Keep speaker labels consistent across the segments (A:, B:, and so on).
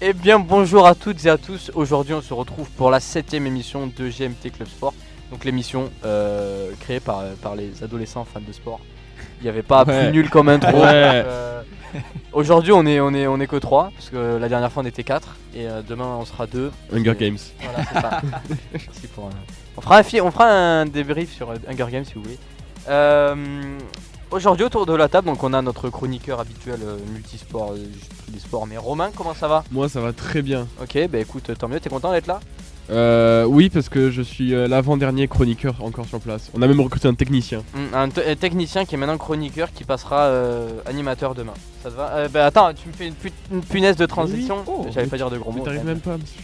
A: Eh bien bonjour à toutes et à tous, aujourd'hui on se retrouve pour la septième émission de GMT Club Sport, donc l'émission euh, créée par, euh, par les adolescents fans de sport. Il n'y avait pas
B: Ouais.
A: plus nul comme intro.
B: Ouais.
A: Euh, aujourd'hui on est, on, est, on est que trois, parce que la dernière fois on était quatre, et euh, demain on sera deux.
B: Hunger
A: Et-
B: Games.
A: Voilà, c'est ça. Merci pour, euh, on, fera un fi- on fera un débrief sur euh, Hunger Games si vous voulez. Euh, Aujourd'hui autour de la table, donc on a notre chroniqueur habituel euh, multisport, euh, tous les sports, mais Romain comment ça va
B: Moi, ça va très bien.
A: Ok, bah écoute, tant mieux, t'es content d'être là
B: Euh, oui, parce que je suis euh, l'avant-dernier chroniqueur encore sur place. On a même recruté un technicien.
A: Mm, Un te- euh, technicien qui est maintenant chroniqueur qui passera euh, animateur demain. Ça te va Euh, Bah attends, tu me fais une, pu- une punaise de transition
B: Oui. Oh,
A: J'allais
B: mais
A: pas dire de gros
B: Mais
A: mots.
B: t'arrives
A: quand
B: même pas, monsieur.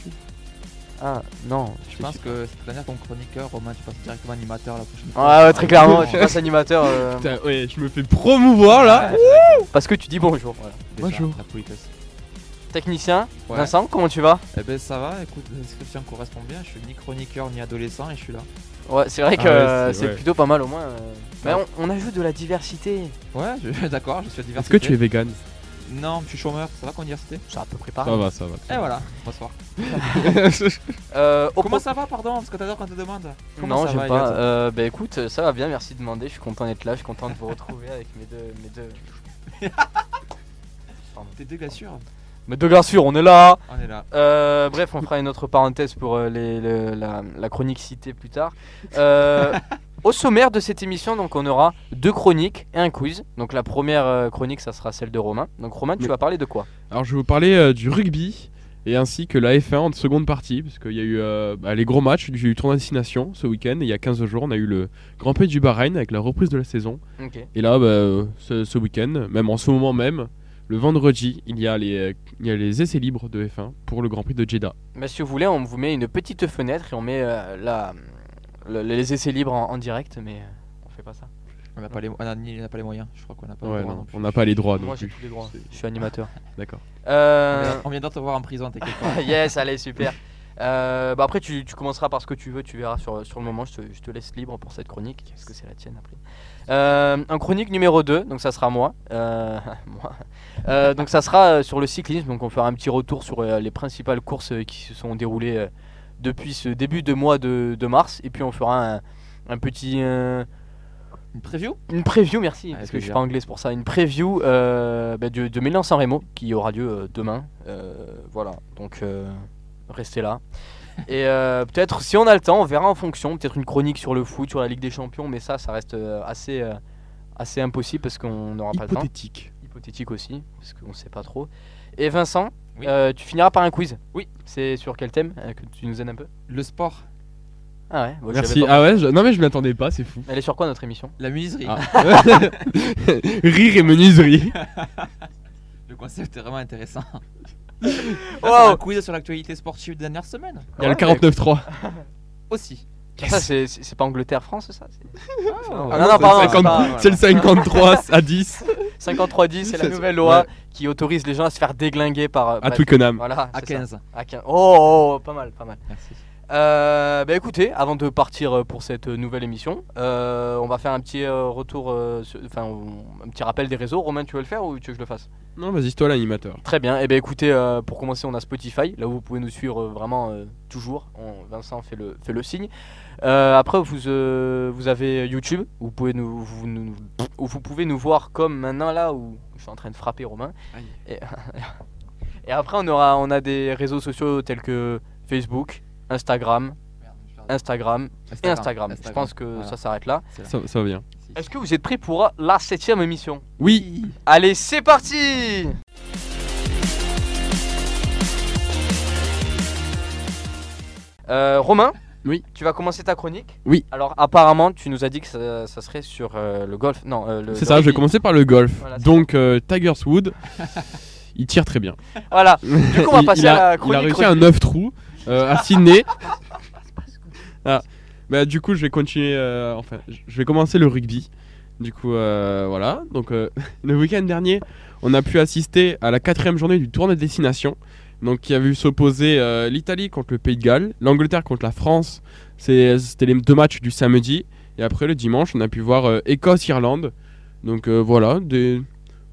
A: Ah non,
C: Je
A: c'est
C: pense
A: sûr.
C: que cette dernière ton chroniqueur, Romain, tu passes directement animateur la prochaine fois.
A: Ah ouais, très clairement, tu passes animateur euh,
B: Putain, ouais, je me fais promouvoir là.
C: Ouais, c'est vrai
A: parce que tu dis bonjour. Ah, voilà.
C: que déjà,
B: Bonjour.
C: La politesse.
A: Technicien,
C: Ouais.
A: Vincent, comment tu vas
C: Eh ben ça va, écoute, la description correspond bien. Je suis ni chroniqueur ni adolescent et je suis là.
A: Ouais, c'est vrai que
B: Ah ouais,
A: euh,
B: c'est-
A: c'est
B: ouais.
A: plutôt pas mal au moins. euh. Mais
C: Ouais.
A: on, on ajoute de la diversité,
C: Ouais, je- d'accord, je suis à
B: Est-ce que tu es vegan
C: Non, je suis chômeur, ça va qu'on diversité
A: c'est à peu près pareil.
B: Ça va, ça va.
C: Et Eh, voilà, bonsoir.
A: Euh, au
C: Comment ça va, pardon Parce que t'adores quand on te demande. Comment
A: Non,
C: ça
A: j'aime
C: va,
A: pas.
C: Elliot
A: Euh, bah écoute, ça va bien, merci de demander. Je suis content d'être là, je suis content de vous retrouver avec mes deux. Mes deux. Pardon.
C: T'es deux glaçures
A: Mes deux gars sûrs, on est là
C: On est là.
A: Euh, Bref, on fera une autre parenthèse pour euh, les, le- la, la chronique citée plus tard. Euh, au sommaire de cette émission, donc on aura deux chroniques et un quiz. Donc la première euh, chronique, ça sera celle de Romain. Donc Romain, tu
B: Oui.
A: vas parler de quoi
B: Alors, je vais vous parler euh, du rugby et ainsi que la F1 en seconde partie, parce qu'il y a eu euh, bah, les gros matchs. J'ai eu tournoi destination ce week-end. et Il y a 15 jours, on a eu le Grand Prix du Bahreïn avec la reprise de la saison.
A: Ok.
B: Et là, bah, euh, ce, ce week-end, même en ce moment même, le vendredi, il y a les, euh, il y a les essais libres de F1 pour le Grand Prix de Jeddah.
A: Mais Bah, si vous voulez, on vous met une petite fenêtre et on met euh, la, le- les essais libres en, en direct, mais euh, on fait pas ça.
C: On n'a pas, les... on a ni- on n'a pas les moyens, je crois qu'on n'a pas les
B: Ouais,
C: droits
B: non,
C: non plus.
B: on n'a pas les droits
A: Moi
B: non
A: j'ai
B: plus.
A: tous les droits,
B: C'est-
A: je suis animateur.
B: D'accord.
A: Euh,
C: On vient d'en te voir en prison, t'inquiète pas.
A: yes, allez, super. Euh, bah après, tu, tu commenceras par ce que tu veux, tu verras sur, sur le moment. Je te, je te laisse libre pour cette chronique, parce que c'est la tienne après. Euh, en chronique numéro 2, donc ça sera moi. Euh, moi. Euh, donc ça sera euh, sur le cyclisme, donc on fera un petit retour sur euh, les principales courses euh, qui se sont déroulées euh, depuis ce début de mois de, de mars. Et puis on fera un, un petit. euh,
C: Une preview
A: une preview, merci,
C: Avec
A: parce que je suis
C: plaisir.
A: pas anglais c'est pour ça. Une preview euh, bah, de, de Milan San Remo qui aura lieu euh, demain. Euh, voilà, donc euh, restez là. Et euh, peut-être, si on a le temps, on verra en fonction. Peut-être une chronique sur le foot, sur la Ligue des Champions, mais ça, ça reste euh, assez, euh, assez impossible parce qu'on n'aura pas le temps.
B: Hypothétique.
A: Hypothétique aussi, parce qu'on sait pas trop. Et Vincent,
C: Oui.
A: euh, tu finiras par un quiz.
C: Oui.
A: C'est sur quel thème euh, que tu nous aides un peu
C: Le sport,
A: Ah ouais, bon, je
B: Merci.
A: savais pas.
B: Ah ouais, je- non mais je m'y attendais pas, c'est fou.
A: Elle est sur quoi notre émission
C: la menuiserie.
B: Ah. Rire et menuiserie.
C: Le concept est vraiment intéressant.
A: Wow.
C: Un quiz sur l'actualité sportive des dernières semaines
B: Il y a
A: Ouais,
B: le 49-3.
C: aussi.
A: mais- Ça, c'est- c'est c'est pas Angleterre-France, ça c'est-
C: Ah,
A: Ah non, non,
B: c'est
A: pardon,
B: le
A: c'est pas-
B: c'est le 53 à 10
A: 53-10, c'est la
B: Ça,
A: nouvelle
B: c'est-
A: loi
B: ouais.
A: qui autorise les gens à se faire déglinguer par. euh,
B: à
A: bah,
B: Twickenham.
A: Voilà,
C: à
A: c'est ça.
C: 15.
A: À 15. Oh, oh, pas mal, pas mal.
C: Merci.
A: Euh, bah écoutez, avant de partir euh, pour cette euh, nouvelle émission, euh, on va faire un petit euh, retour, euh, sur- enfin on- un petit rappel des réseaux. Romain, tu veux le faire ou tu veux que je le fasse
B: Non, vas-y, c'est toi l'animateur.
A: Très bien. Et ben écoutez, euh, pour commencer, on a Spotify. Là, où vous pouvez nous suivre euh, vraiment euh, toujours. On- Vincent fait le, fait le signe. Euh, après, vous, euh, vous avez YouTube. où Vous pouvez nous, vous, nous- où vous pouvez nous voir comme maintenant là où je suis en train de frapper Romain.
B: Aïe.
A: Et, et après, on aura, on a des réseaux sociaux tels que Facebook, Instagram, Instagram et Instagram. Je pense que
C: Voilà.
A: ça s'arrête là.
B: Ça, ça va bien.
A: Est-ce que vous êtes prêts pour la septième émission
B: Oui.
A: Allez, c'est parti Euh, Romain
B: Oui.
A: Tu vas commencer ta chronique
B: Oui.
A: Alors apparemment tu nous as dit que ça, ça serait sur euh, le golf. Non, euh, le.
B: C'est
A: le
B: ça, je vais
A: rugby.
B: commencer par le golf.
A: Voilà, c'est
B: Donc, euh, Tigers Wood, il tire très bien.
A: Voilà.
B: Du
A: coup, on va passer à la
B: Il a
A: chronique
B: réussi un
A: rugby.
B: 9 trous euh, à Sydney. Ah. Bah, du coup, je vais continuer. euh, enfin, je je vais commencer le rugby. Du coup, euh, voilà. Donc, euh, le week-end dernier, on a pu assister à la quatrième journée du tournoi de destination. Donc, qui a vu s'opposer euh, l'Italie contre le Pays de Galles, l'Angleterre contre la France. C'est- C'était les deux matchs du samedi. Et après, le dimanche, on a pu voir euh, Écosse-Irlande. Donc, euh, voilà, des,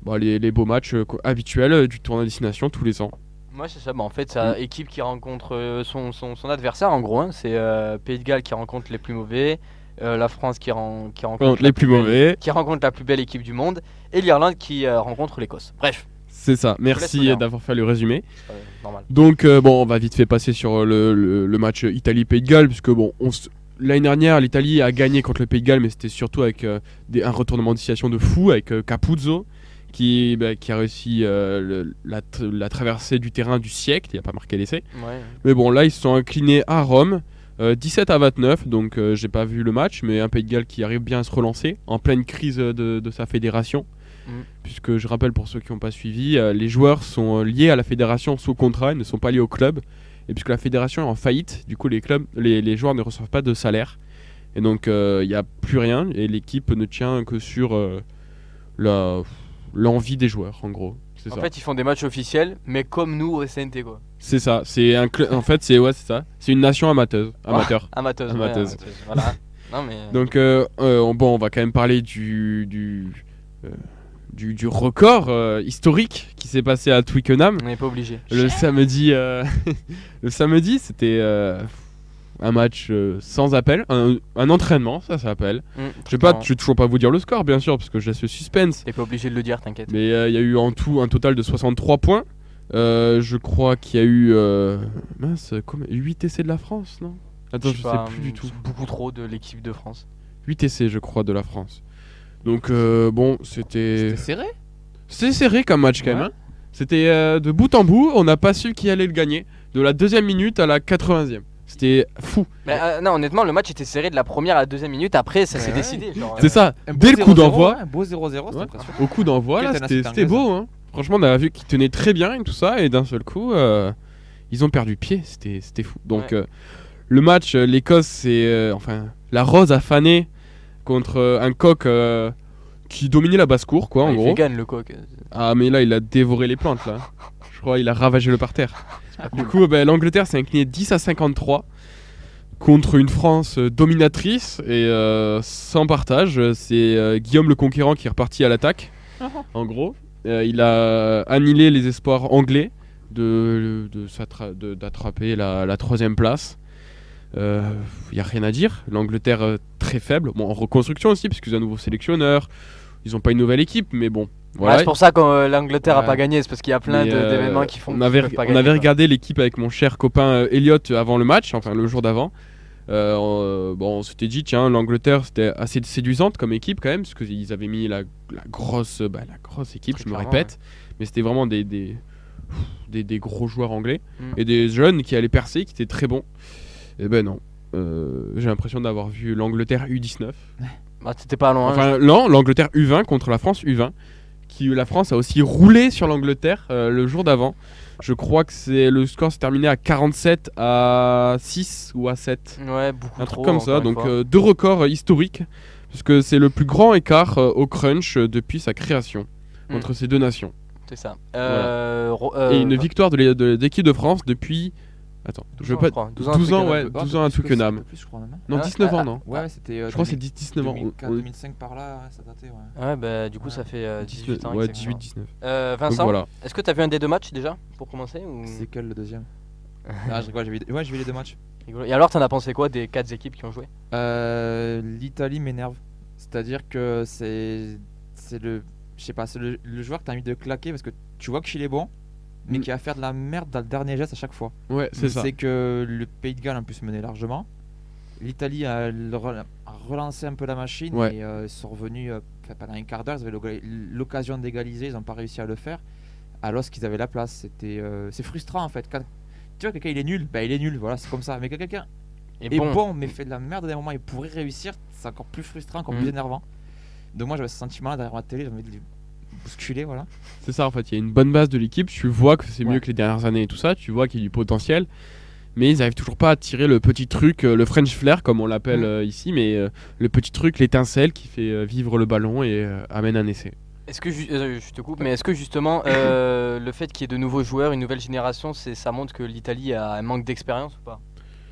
B: bah, les, les beaux matchs euh, co- habituels euh, du tournoi de destination tous les ans.
A: Moi, c'est ça. Bah, en fait, c'est euh, équipe qui rencontre euh, son, son, son adversaire, en gros. hein. C'est euh, Pays de Galles qui rencontre les plus mauvais, euh, la France qui, ren- qui rencontre
B: Contre
A: la
B: les plus
A: belle-
B: mauvais,
A: qui rencontre la plus belle équipe du monde, et l'Irlande qui euh, rencontre l'Écosse. Bref,
B: c'est ça.
A: laisse
B: Merci
A: honneur.
B: d'avoir fait le résumé.
A: c'est pas normal.
B: Donc euh, bon, on va vite fait passer sur euh, le, le- le match Italie-Pays de Galles, parce que bon, on s- l'année dernière, l'Italie a gagné contre le Pays de Galles, mais c'était surtout avec euh, des- un retournement de situation de fou avec euh, Capuzzo, qui, bah, qui a réussi euh, le- la, tr- la traversée du terrain du siècle, il n'a pas marqué l'essai.
A: Ouais.
B: Mais bon, là, ils se sont inclinés à Rome, euh, 17 à 29, donc euh, j'ai pas vu le match, mais un Pays de Galles qui arrive bien à se relancer, en pleine crise euh, de, de sa fédération.
A: Mm.
B: Puisque je rappelle pour ceux qui n'ont pas suivi, euh, les joueurs sont euh, liés à la fédération sous contrat, ils ne sont pas liés au club. Et puisque la fédération est en faillite, du coup les, clubs, les, les joueurs ne reçoivent pas de salaire. Et donc euh, il n'y a plus rien, et l'équipe ne tient que sur euh, la- l'envie des joueurs, en gros. C'est
A: En
B: ça.
A: fait, ils font des matchs officiels, mais comme nous au SNT, quoi.
B: C'est ça, c'est un cl- en fait c'est ouais, c'est ça, c'est une nation amateuse,
A: Oh.
B: amateur.
A: Amateuse. ouais,
B: Amateuse.
A: amateuse, voilà. Non, mais.
B: Donc euh, euh, on- bon, on va quand même parler du du euh, du, du record euh, historique qui s'est passé à Twickenham
A: On n'est pas obligé.
B: le samedi euh, le samedi, c'était euh, un match euh, sans appel, un, un entraînement, ça s'appelle.
A: Mm,
B: Je vais pas
A: non.
B: je vais toujours pas vous dire le score bien sûr parce que je laisse le suspense.
A: T'es pas obligé de le dire, t'inquiète.
B: Mais euh, il y a eu en tout un total de 63 points. Euh, je crois qu'il y a eu. euh, mince, 8 essais de la France, non Attends, je,
A: pas,
B: sais plus du
A: hum,
B: tout.
A: c'est Beaucoup trop de l'équipe de France.
B: 8 essais, je crois, de la France. Donc, euh, bon, c'était.
C: C'était serré
B: C'était serré comme match quand même.
C: Ouais.
B: hein. C'était euh, de bout en bout, on n'a pas su qui allait le gagner. De la deuxième minute à la 80e. C'était fou.
A: Mais euh, non, honnêtement, le match était serré de la première à la deuxième minute. Après, ça s'est
C: Ouais.
A: décidé. genre,
B: C'est
A: euh,
B: ça,
C: Un beau
B: dès le coup
C: 0-0,
B: d'envoi,
C: ouais, Un beau
B: Ouais.
C: 0-0, c'est impressionnant.
B: au coup d'envoi,
C: Quelle
B: là,
C: tenacité
B: c'était c'était
C: anglaise,
B: beau. hein. Franchement, on a vu qu'ils tenaient très bien et tout ça, et d'un seul coup, euh, ils ont perdu pied. C'était c'était fou. Donc,
A: Ouais.
B: euh, le match, euh, l'Écosse, c'est. euh, enfin, la rose a fané contre euh, un coq euh, qui dominait la basse-cour, quoi, en
A: euh, il fait
B: gros.
A: gagne, le coq.
B: Ah, mais là, il a dévoré les plantes, là. Je crois il a ravagé le parterre. Du coup, ben, l'Angleterre s'est inclinée 10 à 53 contre une France euh, dominatrice et euh, sans partage. C'est euh, Guillaume le Conquérant qui est reparti à l'attaque, en gros. Euh, il a annihilé les espoirs anglais de- de s'attra- de- d'attraper la, la troisième place. Il n'y a rien à dire. L'Angleterre euh, très faible. Bon, en reconstruction aussi, puisqu'ils ont un nouveau sélectionneur. Ils n'ont pas une nouvelle équipe, mais bon.
A: Ouais, c'est pour ça que euh, l'Angleterre a
B: Ouais.
A: pas gagné. C'est parce qu'il y a plein
B: Mais,
A: de-
B: euh,
A: d'événements qui font.
B: On
A: qu'ils
B: avait,
A: peuvent pas
B: on
A: gagner,
B: avait
A: quoi.
B: regardé l'équipe avec mon cher copain euh, Elliot avant le match, enfin le jour d'avant. Euh, on- bon, on s'était dit, tiens, l'Angleterre c'était assez séduisante comme équipe quand même, parce qu'ils avaient mis la, la grosse, bah, la grosse équipe,
A: Très
B: je me
A: clairement,
B: répète, mais c'était vraiment des, des, des, des gros joueurs anglais
A: Mm.
B: et des jeunes qui allaient percer, qui étaient très bons. Et ben non, Euh, j'ai l'impression d'avoir vu l'Angleterre U19.
A: Bah, C'était pas loin.
B: Enfin, non, l'Angleterre U20 contre la France U20. Qui, la France a aussi roulé sur l'Angleterre euh, le jour d'avant. Je crois que c'est le score s'est terminé à 47 à 6 ou à 7.
A: Ouais, beaucoup
B: Un
A: trop.
B: truc comme
A: encore
B: ça.
A: une
B: Donc
A: fois.
B: euh, deux records euh, historiques. Parce que c'est le plus grand écart euh, au crunch euh, depuis sa création
A: Mm.
B: entre ces deux nations.
A: c'est ça. Euh, ro-
B: Et
A: euh,
B: une victoire de l'é- de l'équipe de France depuis. Attends, je veux pas.
A: 12 ans,
B: 12
A: un
B: ans,
A: truc
B: ouais.
A: comme
B: 12 ans à Twickenham.
C: Plus, je crois, même.
B: Non,
A: Ah,
B: 19
A: ah,
B: ans, non.
C: Ouais, c'était. euh,
B: Je crois que c'est
C: 2000,
B: 10, 19 ans.
C: 2004,
B: On- on-
C: 2005 par là, ouais, ça datait, ouais.
A: ça. Ouais, bah du coup, ça fait euh, 18 ans.
B: Ouais,
A: exactement.
B: 18, 19.
A: Euh,
B: Donc
A: Vincent,
B: voilà.
A: est-ce que t'as vu un des deux matchs déjà Pour commencer ou...
C: C'est quel le deuxième Ah, je rigole, j'ai vu, ouais, j'ai vu les deux matchs.
A: Rigolo. Et alors, t'en as pensé quoi des 4 équipes qui ont joué
C: Euh, L'Italie m'énerve. C'est-à-dire que c'est. C'est le. Je sais pas, c'est le, le joueur que t'as envie de claquer parce que tu vois que qu'il est bon, mais
B: Mm.
C: qui va faire de la merde dans le dernier geste à chaque fois.
B: Ouais, c'est ça.
C: C'est que le pays de Galles en plus menait largement. L'Italie a, le rel- a relancé un peu la machine
B: Ouais.
C: et euh, ils sont revenus euh, enfin, pendant un quart d'heure. Ils avaient l'oga- l'occasion d'égaliser, ils n'ont pas réussi à le faire. Alors qu'ils avaient la place, c'était euh, c'est frustrant en fait. Quand tu vois quelqu'un il est nul, bah il est nul, voilà c'est comme ça. Mais quand quelqu'un
A: Et
C: est bon. mais fait de la merde à des moments et pourrait réussir, c'est encore plus frustrant, encore
A: Mm.
C: plus énervant. Donc moi j'avais ce sentiment là derrière ma télé, j'avais envie de les bousculer voilà.
B: C'est ça en fait, il y a une bonne base de l'équipe, tu vois que c'est mieux
C: Ouais.
B: que les dernières années et tout ça, tu vois qu'il y a du potentiel, mais ils n'arrivent toujours pas à tirer le petit truc, euh, le French flair comme on l'appelle
A: Mhm.
B: euh, ici, mais euh, le petit truc, l'étincelle qui fait euh, vivre le ballon et euh, amène un essai.
A: Est-ce que ju- euh, je te coupe, mais est-ce que justement euh, le fait qu'il y ait de nouveaux joueurs, une nouvelle génération, c'est ça montre que l'Italie a un manque d'expérience ou pas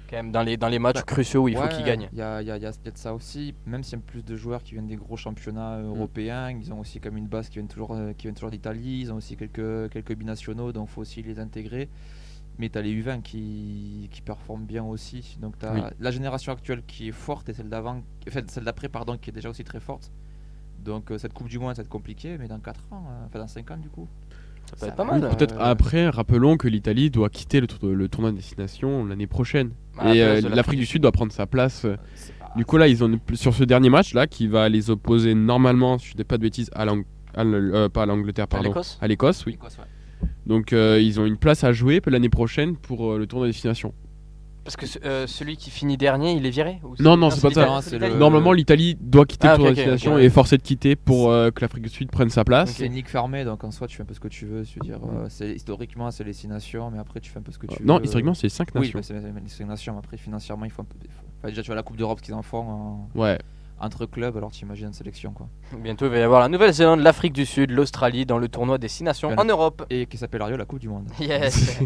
A: quand même dans les, dans les matchs
C: Bah,
A: cruciaux où il faut
C: Ouais,
A: qu'ils gagnent.
C: Il y a, il y a- il y a peut-être ça aussi, même s'il y a plus de joueurs qui viennent des gros championnats européens, ils ont aussi comme une base qui vient toujours, euh, qui vient toujours d'Italie, ils ont aussi quelques, quelques binationaux, donc il faut aussi les intégrer. Mais tu as les U20 qui, qui performent bien aussi. Donc tu as
B: Oui.
C: la génération actuelle qui est forte et celle d'avant, enfin, celle d'après pardon, qui est déjà aussi très forte. Donc euh, cette Coupe du Monde, ça va être compliqué, mais dans 4 ans, euh, enfin dans 5 ans du coup.
A: Ça peut
C: ça
A: être pas
C: va.
A: mal.
C: Oui,
B: Peut-être
C: Euh,
B: après, rappelons que l'Italie doit quitter le, tour- le tournoi de destination l'année prochaine.
A: Bah, À la
B: et
A: place
B: euh,
A: de
B: l'Afrique du Sud doit prendre sa place. euh,
C: C'est-
B: Du coup, là, ils ont sur ce dernier match là qui va les opposer normalement, si je dis pas de bêtises, à l'Ang- à l'- euh, pas à l'Angleterre,
A: À
B: pardon,
A: l'Écosse
B: à l'Écosse, oui.
C: L'Écosse, ouais.
B: Donc, euh, ils ont une place à jouer pour l'année prochaine pour euh, le tournoi de destination.
A: Parce que ce- euh, celui qui finit dernier, il est viré ou
B: Non, non, c'est pas
A: l'Italie-
B: ça.
C: C'est
A: l'Italie
C: Euh,
B: Normalement, l'Italie doit quitter
A: Ah,
B: le tournoi
A: ok,
B: de
A: ok,
B: destination
A: ok,
B: et
A: ouais.
B: est forcée de quitter pour euh, que l'Afrique du Sud prenne sa place.
C: C'est Nick Fermé, donc en soi tu fais un peu ce que tu veux. Je veux dire, euh, c'est- historiquement c'est les 6 nations, mais après tu fais un peu ce que tu veux.
B: Euh, Non, historiquement, c'est les cinq
C: Oui,
B: nations.
C: bah, c'est les 5 nations, mais après financièrement il faut un peu. il faut- enfin, déjà tu vois la Coupe d'Europe ce qu'ils en font en-
B: Ouais.
C: entre clubs, alors t'imagines une sélection quoi.
A: Euh, Bientôt, il va y avoir la Nouvelle-Zélande, l'Afrique du Sud, l'Australie dans le tournoi des six nations
C: Voilà.
A: en Europe.
C: Et qui s'appelle Ario la Coupe du Monde.
A: Yes.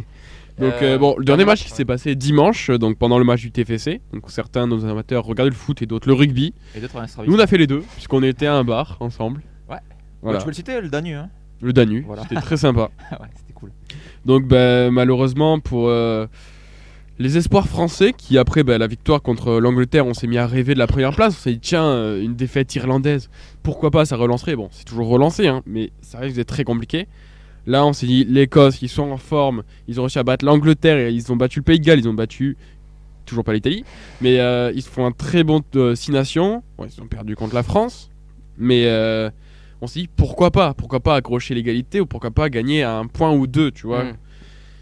B: Donc
A: Euh,
B: euh, bon, le dernier match qui
A: ouais.
B: s'est passé dimanche, euh, donc pendant le match du TFC. Donc certains de nos amateurs regardaient le foot et d'autres le rugby.
C: Et d'autres en Australie.
B: Nous on a fait les deux puisqu'on était à un bar ensemble.
C: Ouais.
B: Voilà.
C: Tu peux le citer, le Danu. Hein
B: Le Danu.
C: Voilà.
B: C'était très sympa.
C: Ah ouais, c'était cool.
B: Donc bah, malheureusement pour euh, les espoirs français qui après bah, la victoire contre l'Angleterre, on s'est mis à rêver de la première place. On s'est dit tiens euh, une défaite irlandaise, pourquoi pas ça relancerait. Bon c'est toujours relancé hein, mais ça risque d'être très compliqué. Là on s'est dit l'Écosse ils sont en forme, ils ont réussi à battre l'Angleterre, et ils ont battu le Pays de Galles, ils ont battu toujours pas l'Italie, mais euh, ils font un très bon 6 nations. Bon, ils ont perdu contre la France, mais euh, on s'est dit pourquoi pas, pourquoi pas accrocher l'égalité ou pourquoi pas gagner à un point ou deux, tu vois.
A: Mm.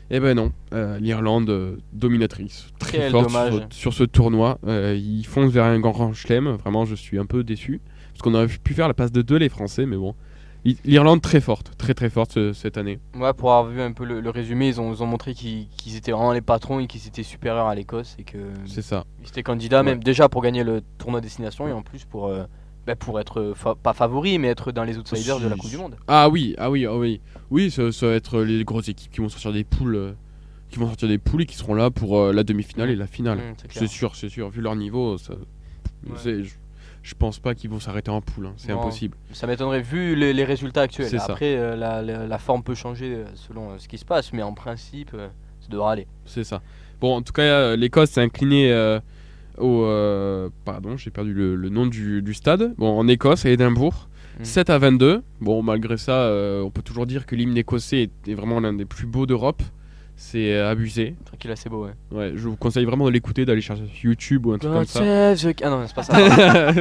B: Eh ben non, euh, l'Irlande euh, dominatrice, très
A: Quel
B: forte sur,
A: dommage.
B: sur ce tournoi. Euh, ils foncent vers un grand chelem, vraiment je suis un peu déçu. Parce qu'on aurait pu faire la passe de deux les Français, mais bon. I- L'Irlande très forte, très très forte ce- cette année.
A: Moi, pour avoir vu un peu le, le résumé, ils ont, ils ont montré qu'ils qu'ils étaient vraiment les patrons et qu'ils étaient supérieurs à l'Écosse et que
B: C'est ça.
A: ils étaient candidats même déjà pour gagner le tournoi destination et en plus pour euh, bah, pour être fa- pas favori mais être dans les outsiders de la
B: Si,
A: Coupe du Monde.
B: Ah oui, ah oui, ah oui. Oui, ça, ça va être les grosses équipes qui vont sortir des poules, euh, qui vont sortir des poules et qui seront là pour euh, la demi-finale et la finale.
A: Mm, c'est clair.
B: C'est sûr, c'est sûr. Vu leur niveau, ça- c'est- je, je pense pas qu'ils vont s'arrêter en poule. hein. C'est
A: Non.
B: impossible.
A: Ça m'étonnerait vu les, les résultats actuels.
B: C'est ça.
A: Après, euh, la, la- la forme peut changer euh, selon euh, ce qui se passe, mais en principe, euh, ça devrait aller.
B: C'est ça. Bon, en tout cas, euh, l'Écosse s'est inclinée euh, au. euh, pardon, j'ai perdu le, le nom du, du stade. Bon, en Écosse, à Édimbourg.
A: Mm.
B: 7 à 22. Bon, malgré ça, euh, on peut toujours dire que l'hymne écossais est, est vraiment l'un des plus beaux d'Europe. C'est euh, abusé.
A: Tranquille, assez beau. Ouais.
B: Ouais, je vous conseille vraiment de l'écouter, d'aller chercher sur YouTube ou un truc comme ça.
A: save the- Ah non, c'est pas ça.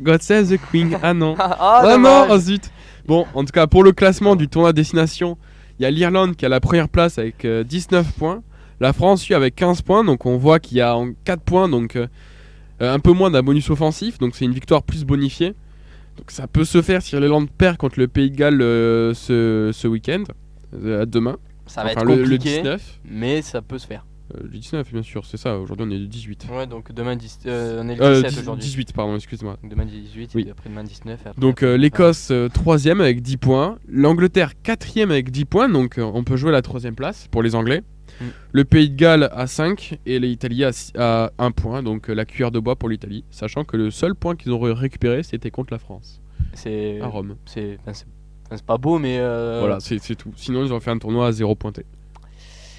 B: God save the Queen. Ah non.
A: ah
B: Ah non,
A: dommage.
B: oh zut. Bon, en tout cas, pour le classement du tournoi destination, il y a l'Irlande qui a la première place avec euh, 19 points. La France suit avec 15 points, donc on voit qu'il y a en 4 points, donc euh, euh, un peu moins d'un bonus offensif, donc c'est une victoire plus bonifiée. Donc ça peut se faire si l'Irlande perd contre le Pays de Galles euh, ce, ce week-end, euh, à demain.
A: Ça va
B: Enfin,
A: être
B: le, le
A: compliqué,
B: 19.
A: mais ça peut se faire.
B: Euh, le 19, bien sûr, c'est ça, aujourd'hui on est le 18.
A: Ouais, donc demain, dix- euh, on est le
B: Euh,
A: 17
B: dix-
A: aujourd'hui.
B: 18, pardon, excuse-moi.
A: Donc Demain 18
B: Oui.
A: et après-demain 19. et après-
B: Donc euh, l'Écosse euh, troisième avec 10 points, l'Angleterre quatrième avec 10 points, donc euh, on peut jouer la troisième place pour les Anglais.
A: Mm.
B: Le Pays de Galles à 5 et l'Italie à, six- à 1 point, donc euh, la cuillère de bois pour l'Italie, sachant que le seul point qu'ils ont ré- récupéré c'était contre la France,
A: c'est
B: à Rome.
A: c'est enfin, c'est- enfin, c'est pas beau, mais euh,
B: Ah, Voilà, c'est c'est tout. Sinon ils ont fait un tournoi à 0 pointé.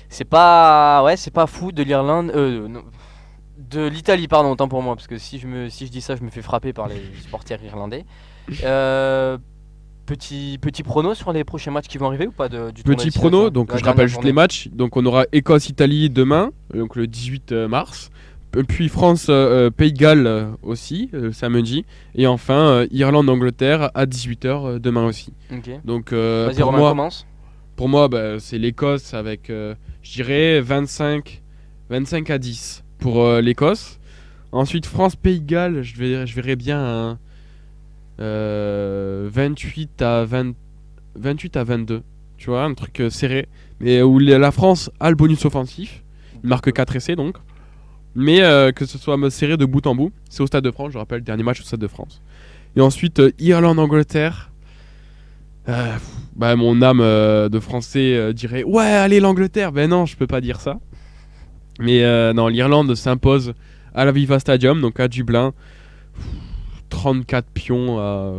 A: c'est pas ouais, c'est pas fou de l'Irlande, euh, non, de l'Italie, pardon, autant pour moi, parce que si je me si je dis ça, je me fais frapper par les supporters irlandais. Euh, Petit, petit prono sur les prochains matchs qui vont arriver ou pas de, du tournoi
B: Petit
A: des
B: prono,
A: sélections
B: donc
A: La
B: je
A: dernière
B: rappelle juste
A: journée.
B: les matchs. Donc on aura Écosse-Italie demain, euh, donc le 18 euh, mars. P- Puis France-Pays de Galles euh, aussi, euh, samedi. Et enfin euh, Irlande-Angleterre à 18h euh, demain aussi.
A: Ok.
B: Donc euh,
A: Vas-y,
B: pour,
A: Romain,
B: moi,
A: commence.
B: pour moi, bah, c'est l'Écosse avec, euh, je dirais, 25, 25 à 10 pour euh, l'Écosse. Ensuite, France-Pays de Galles, je, verrais- je verrais bien un, euh, 28, à 20 28 à 22. Tu vois, un truc euh, serré. Mais où la la France a le bonus offensif. Il marque 4 essais donc. Mais euh, que ce soit me serré de bout en bout. C'est au Stade de France, je rappelle, dernier match au Stade de France. Et ensuite, euh, Irlande-Angleterre. Euh, pff, bah, mon âme euh, de français euh, dirait Ouais, allez l'Angleterre Ben non, je peux pas dire ça. Mais euh, non, l'Irlande s'impose à la Viva Stadium, donc à Dublin. 34 pions à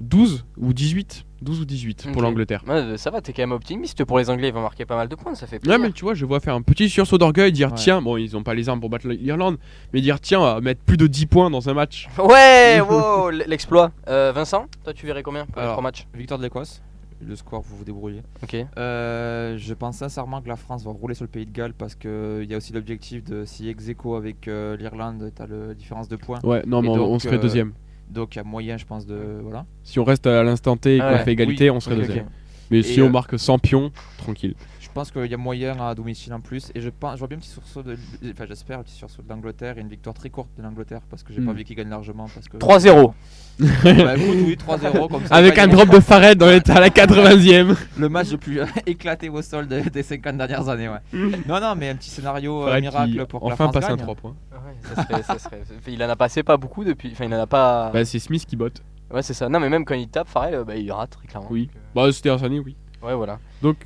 B: 12 ou 18 12 ou 18 pour
A: Ok.
B: l'Angleterre.
A: Ouais, ça va, t'es quand même optimiste. Pour les Anglais, ils vont marquer pas mal de points, ça fait
B: Ouais,
A: plaisir.
B: mais tu vois, je vois faire un petit sursaut d'orgueil, dire
C: Ouais.
B: tiens, bon, ils n'ont pas les armes pour battre l'Irlande, mais dire tiens, on va mettre plus de 10 points dans un match.
A: Ouais, wow, l- l'exploit. Euh, Vincent, toi, tu verrais combien pour les
C: Alors.
A: trois matchs
C: Victoire de l'Écosse. Le score, vous vous débrouillez.
A: Ok.
C: Euh, je pense sincèrement que la France va rouler sur le pays de Galles parce qu'il y a aussi l'objectif de si ex aequo avec euh, l'Irlande, tu as la différence de points.
B: Ouais, non,
C: Et
B: mais on,
C: donc,
B: on serait
C: euh,
B: deuxième.
C: Donc il y a moyen, je pense, de. Voilà.
B: Si on reste à l'instant T et qu'on
A: Ah ouais.
B: fait égalité,
C: Oui,
B: on serait
C: ok,
B: deuxième.
C: ok.
B: Mais
C: Et,
B: si
C: euh,
B: on marque 100 pions, tranquille.
C: Je pense qu'il y a moyen à domicile en plus. Et je, pense, je vois bien un petit sursaut de. Enfin, j'espère un petit sursaut de l'Angleterre et une victoire très courte de l'angleterre parce que j'ai
B: Hmm.
C: pas envie qu'ils gagnent largement. Parce que...
A: 3-0.
C: Bah, écoute, oui, 3-0 comme ça.
B: Avec
C: pas
B: un
C: les-
B: drop de Faret dans l'état à la 80ème.
C: Le match le plus éclaté au sol de- des 50 dernières années. Ouais. non, non, mais un petit scénario euh,
B: Faret Hmm. qui
C: miracle pour que la
B: enfin
C: France
B: passe un
C: gagne.
B: 3 points.
A: Ah ouais, ça serait- ça serait- Il en a passé pas beaucoup depuis. Enfin, il en a
C: Ah.
A: pas.
B: Bah, c'est Smith qui botte.
A: Ouais, c'est ça. Non, mais même quand il tape, Farrell, euh, bah, il rate, très clairement.
B: Oui.
A: Donc, euh,
B: Bah, c'était Arsani, oui.
A: Ouais, voilà.
B: Donc,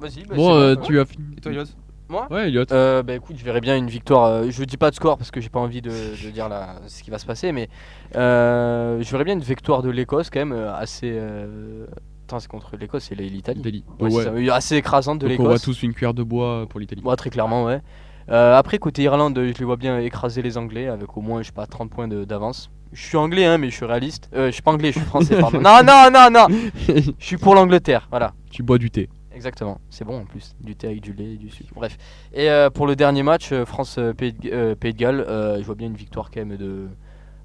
A: Vas-y, bah,
B: bon,
A: c'est
B: euh,
A: bon.
B: tu as fini.
C: Et toi, Elliot
B: Ouais, Elliot.
A: Euh, bah écoute, je verrais bien une victoire. euh, je dis pas de score parce que j'ai pas envie de, de dire la- ce qui va se passer, mais euh, je verrais bien une victoire de l'Écosse quand même euh, assez. euh, Attends, c'est contre l'Écosse, c'est l'Italie.
B: Delhi.
A: Ouais,
B: Ouais.
A: c'est ça, euh, Assez écrasante de
B: Donc, on voit
A: l'Écosse.
B: tous une cuillère de bois euh, pour l'Italie.
A: Moi, très clairement, ouais. Euh, après, côté Irlande, euh, je les vois bien écraser les Anglais avec au moins, je sais pas, 30 points de- d'avance. Je suis anglais, hein, mais je suis réaliste. Euh, je suis pas anglais, je suis français, pardon. Non, non, non, non Je suis pour l'Angleterre, voilà.
B: tu bois du thé.
A: Exactement, c'est bon en plus, du thé avec du lait et du sucre. Bref. Et euh, pour le dernier match, euh, France euh, Pays de, Ga- euh, Pays de Galles, euh, je vois bien une victoire quand même de,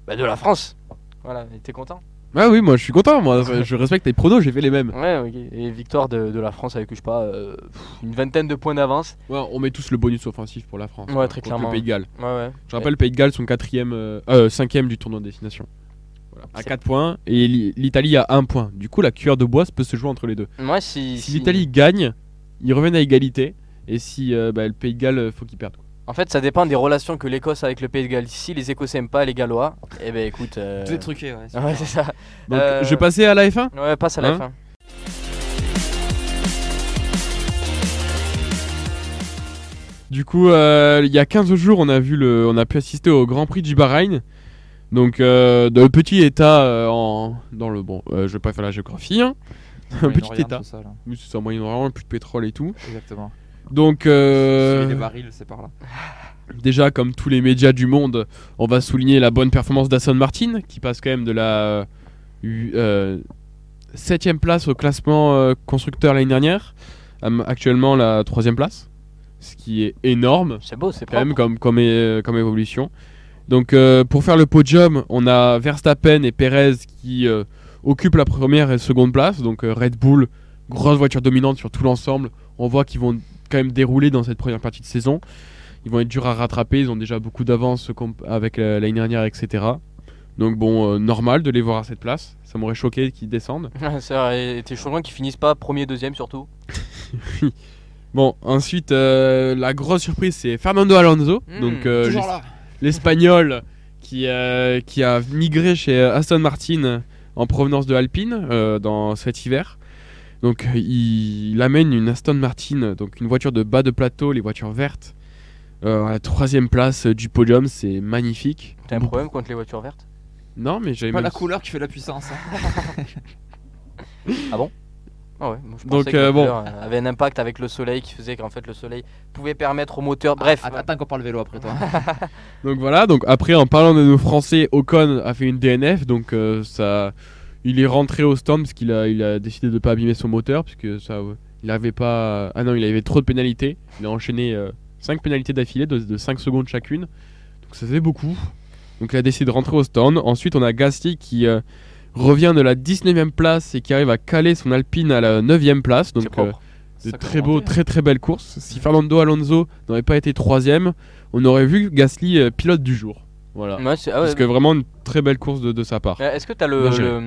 A: bah, de la France. Voilà, et t'es content
B: Ah oui, moi je suis content, moi je respecte tes pronos, j'ai fait les mêmes.
A: Ouais, ok. Et victoire de, de la France avec, je sais pas, euh, pff, une vingtaine de points d'avance.
B: Ouais, on met tous le bonus offensif pour la France.
A: Ouais,
B: quoi,
A: très
B: contre
A: clairement,
B: Le Pays de Galles.
A: Ouais, ouais.
B: Je rappelle, le Pays de Galles sont 4ème, euh, euh, 5ème du tournoi de destination. Voilà, à
A: C'est-
B: 4 points et l'I- l'Italie à 1 point. Du coup, la cuillère de bois peut se jouer entre les deux.
A: Moi, si.
B: Si l'Italie gagne, ils reviennent à égalité. Et si euh, bah, le Pays de Galles, euh, faut qu'ils perdent. quoi.
A: En fait, ça dépend des relations que l'Écosse a avec le Pays de Galles. Si les Écossais aiment pas les Gallois, eh ben écoute. euh,
C: Deux truqués, ouais. super.
A: Ouais, c'est ça.
B: Donc,
A: Euh,
B: je vais passer à la F1
A: Ouais, passe à la
B: Hein
A: fin.
B: Du coup, euh, il y a 15 jours, on a, vu le, on a pu assister au Grand Prix du Bahreïn. Donc, euh, de petit état euh, en, dans le. Bon, euh, je vais pas faire la géographie. hein. Un
C: Moyen-Orient,
B: petit état.
C: tout ça, là.
B: Mais c'est ça, Moyen-Orient, plus de pétrole et tout.
C: hein. Exactement.
B: Donc,
C: Euh...
B: euh,
C: les barils, c'est par là.
B: déjà, comme tous les médias du monde, on va souligner la bonne performance d'Aston Martin, qui passe quand même de la euh, 7 place au classement euh, constructeur l'année dernière, à m- actuellement la 3 place, ce qui est énorme,
A: C'est beau, c'est
B: quand
A: propre.
B: même, comme, comme, é- comme évolution. Donc, euh, pour faire le podium, on a Verstappen et Perez qui euh, occupent la première et seconde place. Donc, euh, Red Bull, grosse voiture dominante sur tout l'ensemble. On voit qu'ils vont quand même dérouler dans cette première partie de saison. Ils vont être durs à rattraper. Ils ont déjà beaucoup d'avance comp- avec la- l'année dernière, etc. Donc, bon, euh, normal de les voir à cette place. Ça m'aurait choqué qu'ils descendent.
A: c'est vrai, et t'es choquant qu'ils finissent pas premier, deuxième surtout.
B: Bon, ensuite, euh, la grosse surprise, c'est Fernando Alonso.
A: Mm,
B: donc, euh,
C: Mmh, Toujours
B: les-
C: là.
B: l'Espagnol qui, euh, qui a migré chez euh, Aston Martin en provenance de Alpine euh, dans cet hiver. Donc euh, il, il amène une Aston Martin, donc une voiture de bas de plateau, les voitures vertes, euh, à la troisième place euh, du podium, c'est magnifique.
A: T'as un problème contre les voitures vertes
B: Non, mais j'avais
C: Pas
B: même-
C: la couleur qui fait la puissance. hein.
A: Ah ouais, moi, je
B: Donc,
A: pensais que
B: euh,
A: la
B: bon.
A: couleur, euh, avait un impact avec le soleil qui faisait qu'en fait le soleil pouvait permettre au moteur. Bref,
C: Att- Ah, Attends qu'on parle vélo après toi.
B: Donc voilà, donc après en parlant de nos Français, Ocon a fait une DNF, donc euh, ça, il est rentré au stand parce qu'il a, il a décidé de ne pas abîmer son moteur parce que ça, euh, il avait pas, ah non, il avait trop de pénalités, il a enchaîné 5 pénalités d'affilée de, 5 secondes chacune, donc ça faisait beaucoup. Donc il a décidé de rentrer au stand. Ensuite on a Gasti qui euh, revient de la 19e place et qui arrive à caler son Alpine à la 9e place, donc
A: c'est propre.
B: de
C: Sacré
B: très beau,
C: remontée.
B: très très belle course. Si Fernando Alonso n'aurait pas été troisième, on aurait vu Gasly euh, pilote du jour. Voilà.
A: Ouais, c'est- ah ouais,
B: euh, Parce que vraiment une très belle course de, de sa part.
A: mais Est-ce que t'as le,
B: Bien géré.
A: le,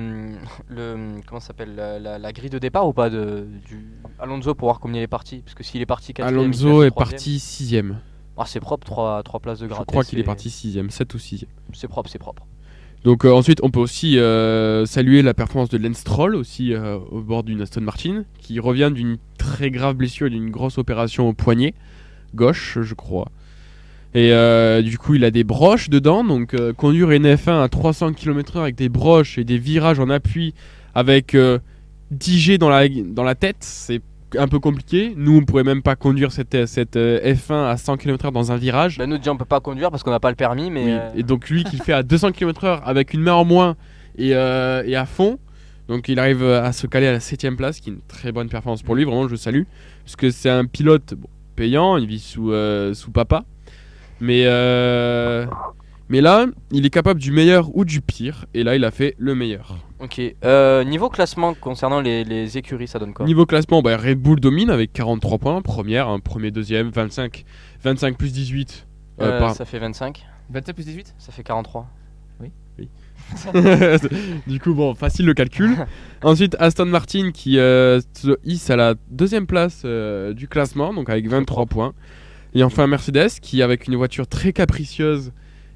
A: le- comment ça s'appelle la, la- la grille de départ ou pas de du Alonso pour voir combien il est parti Parce que s'il est parti 4
B: Alonso est parti sixième.
A: Ah c'est propre, 3, places de
B: Je
A: gratte.
B: crois qu'il est parti sixième, 7 ou sixième.
A: C'est propre, c'est propre.
B: Donc euh, ensuite, on peut aussi euh, saluer la performance de Lance Stroll aussi euh, au bord d'une Aston Martin, qui revient d'une très grave blessure et d'une grosse opération au poignet. gauche, je crois. Et euh, du coup, il a des broches dedans. Donc, euh, conduire une F1 à 300 km/h avec des broches et des virages en appui avec euh, 10 G dans la, dans la tête, c'est un peu compliqué. Nous, on pourrait même pas conduire cette, cette euh, F1 à 100 km/h dans un virage.
A: Bah, nous, déjà, on peut pas conduire parce qu'on n'a pas le permis, mais.
B: Oui,
A: euh,
B: Et donc lui qui le fait à 200 km/h avec une main en moins et, euh, et à fond. Donc il arrive euh, à se caler à la 7 place, qui est une très bonne performance pour lui, vraiment je le salue. Parce que c'est un pilote bon, payant, il vit sous, euh, sous papa. Mais, euh, mais là, il est capable du meilleur ou du pire. Et là, il a fait le meilleur.
A: Ok. Euh, niveau classement concernant les, les écuries, ça donne quoi
B: Niveau classement, bah, Red Bull domine avec 43 points. Première, hein, premier, deuxième, 25. 25 plus 18. euh,
A: Euh,
B: par-
A: Ça fait 25,
C: 27 plus 18
A: ça fait 43.
B: du coup, bon, facile le calcul. Ensuite, Aston Martin qui euh, se hisse à la deuxième place euh, du classement, donc avec 23 points. Et enfin, Mercedes qui, avec une voiture très capricieuse,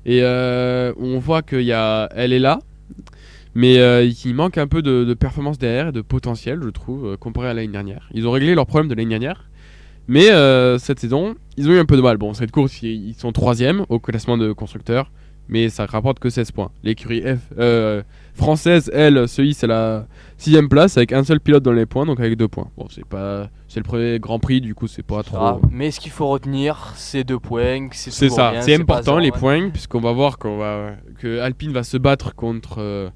B: et euh, on voit qu'elle est là, mais euh, il manque un peu de, de performance derrière et de potentiel, je trouve, euh, comparé à l'année dernière. Ils ont réglé leur problème de l'année dernière, mais euh, cette saison, ils ont eu un peu de mal. Bon, cette course, ils ils sont troisième au classement de constructeurs, mais ça rapporte que 16 points. L'écurie F- euh, française, elle, se hisse à la sixième place avec un seul pilote dans les points, donc avec deux points. Bon, c'est pas, c'est le premier Grand Prix, du coup, c'est pas trop.
A: Ah, mais ce qu'il faut retenir, c'est deux points, que c'est
B: C'est
A: toujours
B: ça,
A: bien,
B: c'est
A: pas
B: important
A: zéro, hein.
B: les
A: ouais.
B: points, puisqu'on va voir qu'on va, que Alpine va se battre contre euh,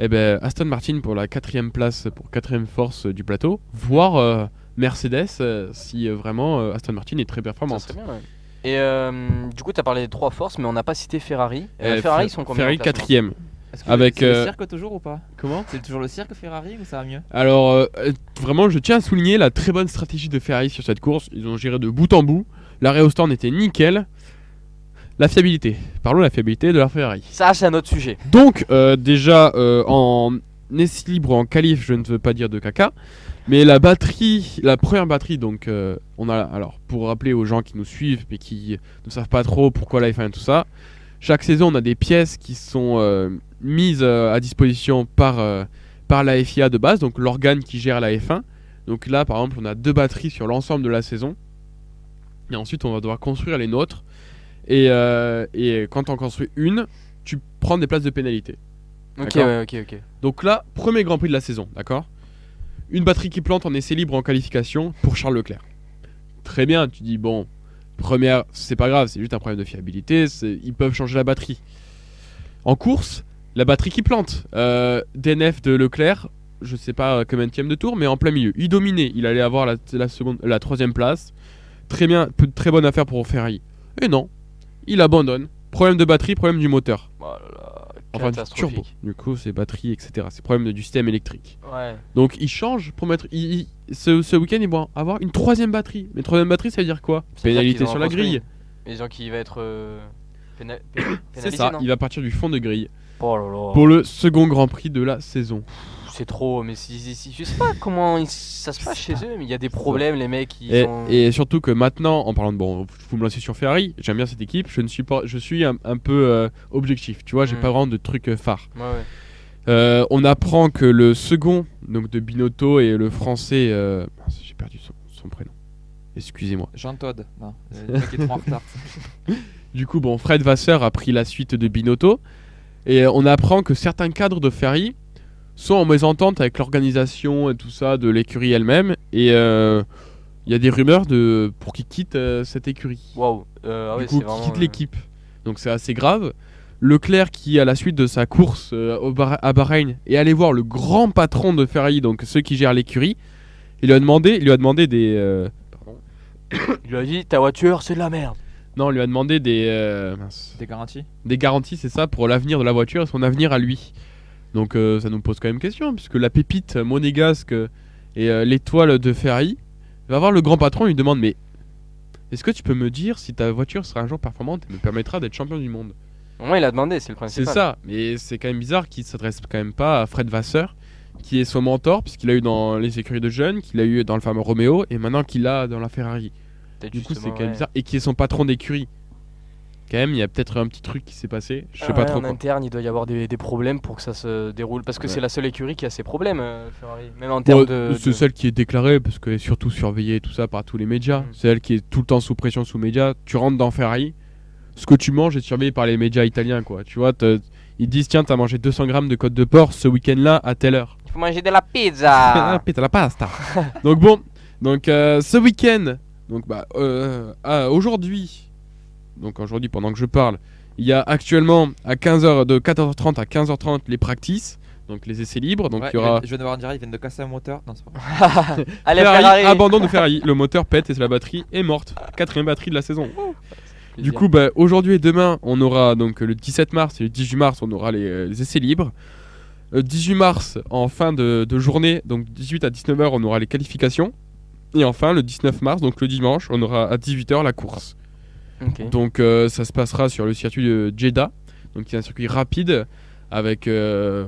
B: eh ben, Aston Martin pour la quatrième place, pour quatrième force euh, du plateau, voire euh, Mercedes euh, si euh, vraiment euh, Aston Martin est très
A: Ça
B: performante.
A: serait bien, ouais. Et euh, du coup, tu as parlé des trois forces, mais on n'a pas cité Ferrari. Euh,
B: Euh,
A: Ferrari,
B: Fer-
A: ils sont combien
B: Ferrari
A: au classement
B: quatrième.
C: Est-ce que
B: Avec,
C: c'est
B: euh,
C: le cirque toujours ou pas
B: Comment
C: C'est toujours le cirque Ferrari ou ça va mieux
B: Alors euh, euh, vraiment, je tiens à souligner la très bonne stratégie de Ferrari sur cette course. Ils ont géré de bout en bout. L'arrêt au stand était nickel. La fiabilité. Parlons de la fiabilité de la Ferrari.
A: Ça, c'est un autre sujet.
B: Donc, euh, déjà, euh, en essai libre ou en qualif, je ne veux pas dire de caca. Mais la batterie, la première batterie, donc, euh, on a. Alors, pour rappeler aux gens qui nous suivent, mais qui ne savent pas trop pourquoi la F1 et tout ça, chaque saison, on a des pièces qui sont euh, mises euh, à disposition par, euh, par la FIA de base, donc l'organe qui gère la F1. Donc là, par exemple, on a deux batteries sur l'ensemble de la saison. Et ensuite, on va devoir construire les nôtres. Et, euh, et quand on construit une, tu prends des places de pénalité.
A: Ok,
B: D'accord.
A: ouais, ok, ok.
B: Donc là, premier Grand Prix de la saison, d'accord Une batterie qui plante en essai libre en qualification pour Charles Leclerc. Très bien, tu dis bon, première, c'est pas grave, c'est juste un problème de fiabilité, c'est- ils peuvent changer la batterie. En course, la batterie qui plante. Euh, DNF de Leclerc, je sais pas euh, combien de tour, mais en plein milieu. Il dominait, il allait avoir la, la seconde, la troisième place. Très bien, peu- très bonne affaire pour Ferrari. Et non, il abandonne. Problème de batterie, problème du moteur.
A: Oh là là,
B: Enfin, du turbo.
A: catastrophique.
B: Du coup, c'est batterie, etc. C'est problème de- du système électrique.
A: Ouais.
B: Donc, ils changent pour mettre. ils- ils- ce ce week-end, ils vont avoir une troisième batterie. Mais troisième batterie, ça veut dire quoi
A: Ça veut dire
B: Pénalité
A: qu'ils en
B: sur la
A: construisent.
B: grille.
A: Les gens qui va être. euh, péna- pé-
B: C'est
A: pénalisé,
B: ça,
A: non
B: il va partir du fond de grille
A: Oh là là.
B: pour le second Grand Prix de la saison.
A: Pff, C'est trop, mais si, si- si- je sais pas comment ils- ça se passe chez eux, mais il y a des problèmes, les mecs. Ils
B: Et,
A: ont-
B: et surtout que maintenant, en parlant de. Bon, vous me lancez sur Ferrari, j'aime bien cette équipe, je, ne suis, pas, je suis un, un peu euh, objectif, tu vois, j'ai
A: Mm.
B: pas vraiment de trucs euh, phares.
A: Ouais, ouais.
B: Euh, on apprend que le second, donc de Binotto et le français. euh, mince, J'ai perdu son- son prénom. Excusez-moi.
C: Jean Todd. Non, euh, le mec est trop en retard.
B: Du coup, bon, Fred Vasseur a pris la suite de Binotto. Et euh, on apprend que certains cadres de Ferry sont en mésentente avec l'organisation et tout ça de l'écurie elle-même. Et euh, il y a des rumeurs de, pour qu'ils quittent euh, cette écurie.
A: Waouh. Euh, ah
B: du
A: ouais,
B: coup,
A: c'est vraiment.
B: qui quittent
A: euh,
B: l'équipe. Donc c'est assez grave. Leclerc qui, à la suite de sa course euh, au Bahre- à Bahreïn, est allé voir le grand patron de Ferrari, donc ceux qui gèrent l'écurie. Il lui a demandé, il lui a demandé des... euh,
A: euh, Il lui a dit ta voiture, c'est de la merde.
B: non, il lui a demandé des... euh, mince.
C: T'es garanti
B: des garanties, c'est ça, pour l'avenir de la voiture et son avenir à lui. Donc euh, ça nous pose quand même question, puisque la pépite monégasque euh, et euh, l'étoile de Ferrari va voir le grand patron et lui demande Mais est-ce que tu peux me dire si ta voiture sera un jour performante et me permettra d'être champion du monde
A: Au moins, il a demandé, c'est le
B: C'est
A: principal.
B: ça, mais c'est quand même bizarre qu'il s'adresse quand même pas à Fred Vasseur, qui est son mentor, puisqu'il a eu dans les écuries de jeunes, qu'il a eu dans le fameux Romeo et maintenant qu'il a dans la Ferrari.
A: Peut-être
B: Du coup, c'est
A: justement,
B: quand même
A: ouais.
B: bizarre, et qui est son patron d'écurie. quand même, il y a peut-être un petit truc qui s'est passé. Je sais
A: Ah
B: pas
A: ouais,
B: trop
A: En
B: quoi.
A: interne, il doit y avoir des, des problèmes pour que ça se déroule. Parce que
B: Ouais.
A: c'est la seule écurie qui a ses problèmes, euh, Ferrari. Même en termes
B: Ouais,
A: de.
B: C'est
A: de-
B: celle qui est déclarée parce qu'elle est surtout surveillée et tout ça par tous les médias.
A: Mm.
B: C'est elle qui est tout le temps sous pression sous médias. Tu rentres dans Ferrari, ce que tu manges est surveillé par les médias italiens quoi. Tu vois, te- ils disent tiens t'as mangé 200 grammes de côte de porc ce week-end-là à telle heure.
A: Il faut manger de la
B: Ah,
A: pizza
B: putain, la pasta. donc bon, donc euh, ce week-end, donc bah euh, ah, aujourd'hui, donc aujourd'hui pendant que je parle, il y a actuellement à 15h de 14h30 à 15h30 les practices, donc les essais libres, donc
C: Ouais,
B: il y aura
C: Je viens de voir en direct, ils viennent de casser un moteur. Non, c'est pas vrai.
A: Allez,
B: Ferrari,
A: Ferrari
B: abandon de Ferrari, le moteur pète et la batterie est morte, quatrième batterie de la saison. Du coup, bah, aujourd'hui et demain, on aura donc euh, le 17 mars et le 18 mars, on aura les, euh, les essais libres. Le 18 mars, en fin de, de journée, donc 18 à 19h, on aura les qualifications. Et enfin, le 19 mars, donc le dimanche, on aura à 18h la course.
A: Ok.
B: Donc euh, ça se passera sur le circuit de Jeddah, donc qui est un circuit rapide avec euh,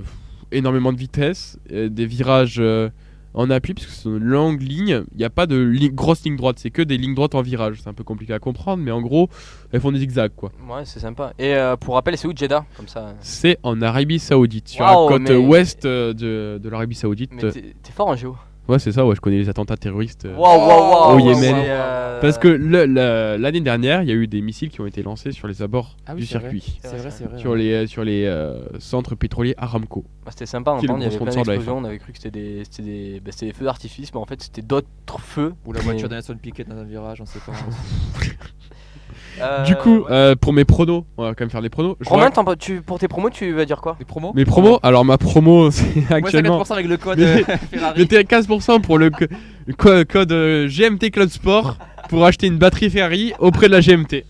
B: énormément de vitesse, et des virages euh, en appui, parce que c'est une longue ligne. Il n'y a pas de li- grosse ligne droite, c'est que des lignes droites en virage. C'est un peu compliqué à comprendre, mais en gros, elles font des zigzags quoi.
A: Ouais, c'est sympa. Et euh, pour rappel, c'est où Jeddah Comme ça. hein
B: C'est en Arabie Saoudite, sur
A: Waouh,
B: la côte
A: mais-
B: ouest euh, de, de l'Arabie Saoudite.
A: Mais t'es t'es fort en géo.
B: Ouais, c'est ça, ouais, je connais les attentats terroristes. euh.
A: Waouh, waouh, waouh
B: Au
A: waouh,
B: Yémen.
A: c'est, euh,
B: Parce que le- le- l'année dernière, il y a eu des missiles qui ont été lancés sur les abords
C: Ah oui,
B: du
C: c'est vrai.
B: circuit,
A: C'est
C: C'est
A: vrai,
C: vrai, c'est vrai.
B: sur les, sur les euh, centres pétroliers Aramco.
A: bah, C'était sympa en
B: Qui est le
A: bande, il y avait
B: gros
A: plein
B: sponsor de la
A: d'explosions. On avait cru que c'était des, c'était des, bah, c'était des feux d'artifice, mais en fait, c'était d'autres feux.
C: Ou la
A: Mais-
B: Mmh.
C: voiture de Nelson Piquet dans un virage, on sait pas.
A: Euh,
B: du coup,
A: ouais.
B: euh, pour mes pronos, on va quand même faire les pronos. Je
A: Romain,
B: vois-
A: t'en- tu, pour tes promos, tu vas dire quoi
C: Des promos
B: mes promos, alors ma promo, c'est actuellement.
C: Moi, 50% avec le code
B: Mais-
C: euh, Ferrari.
B: J'étais à 15% pour le co- co- code euh, GMT Club Sport pour acheter une batterie Ferrari auprès de la GMT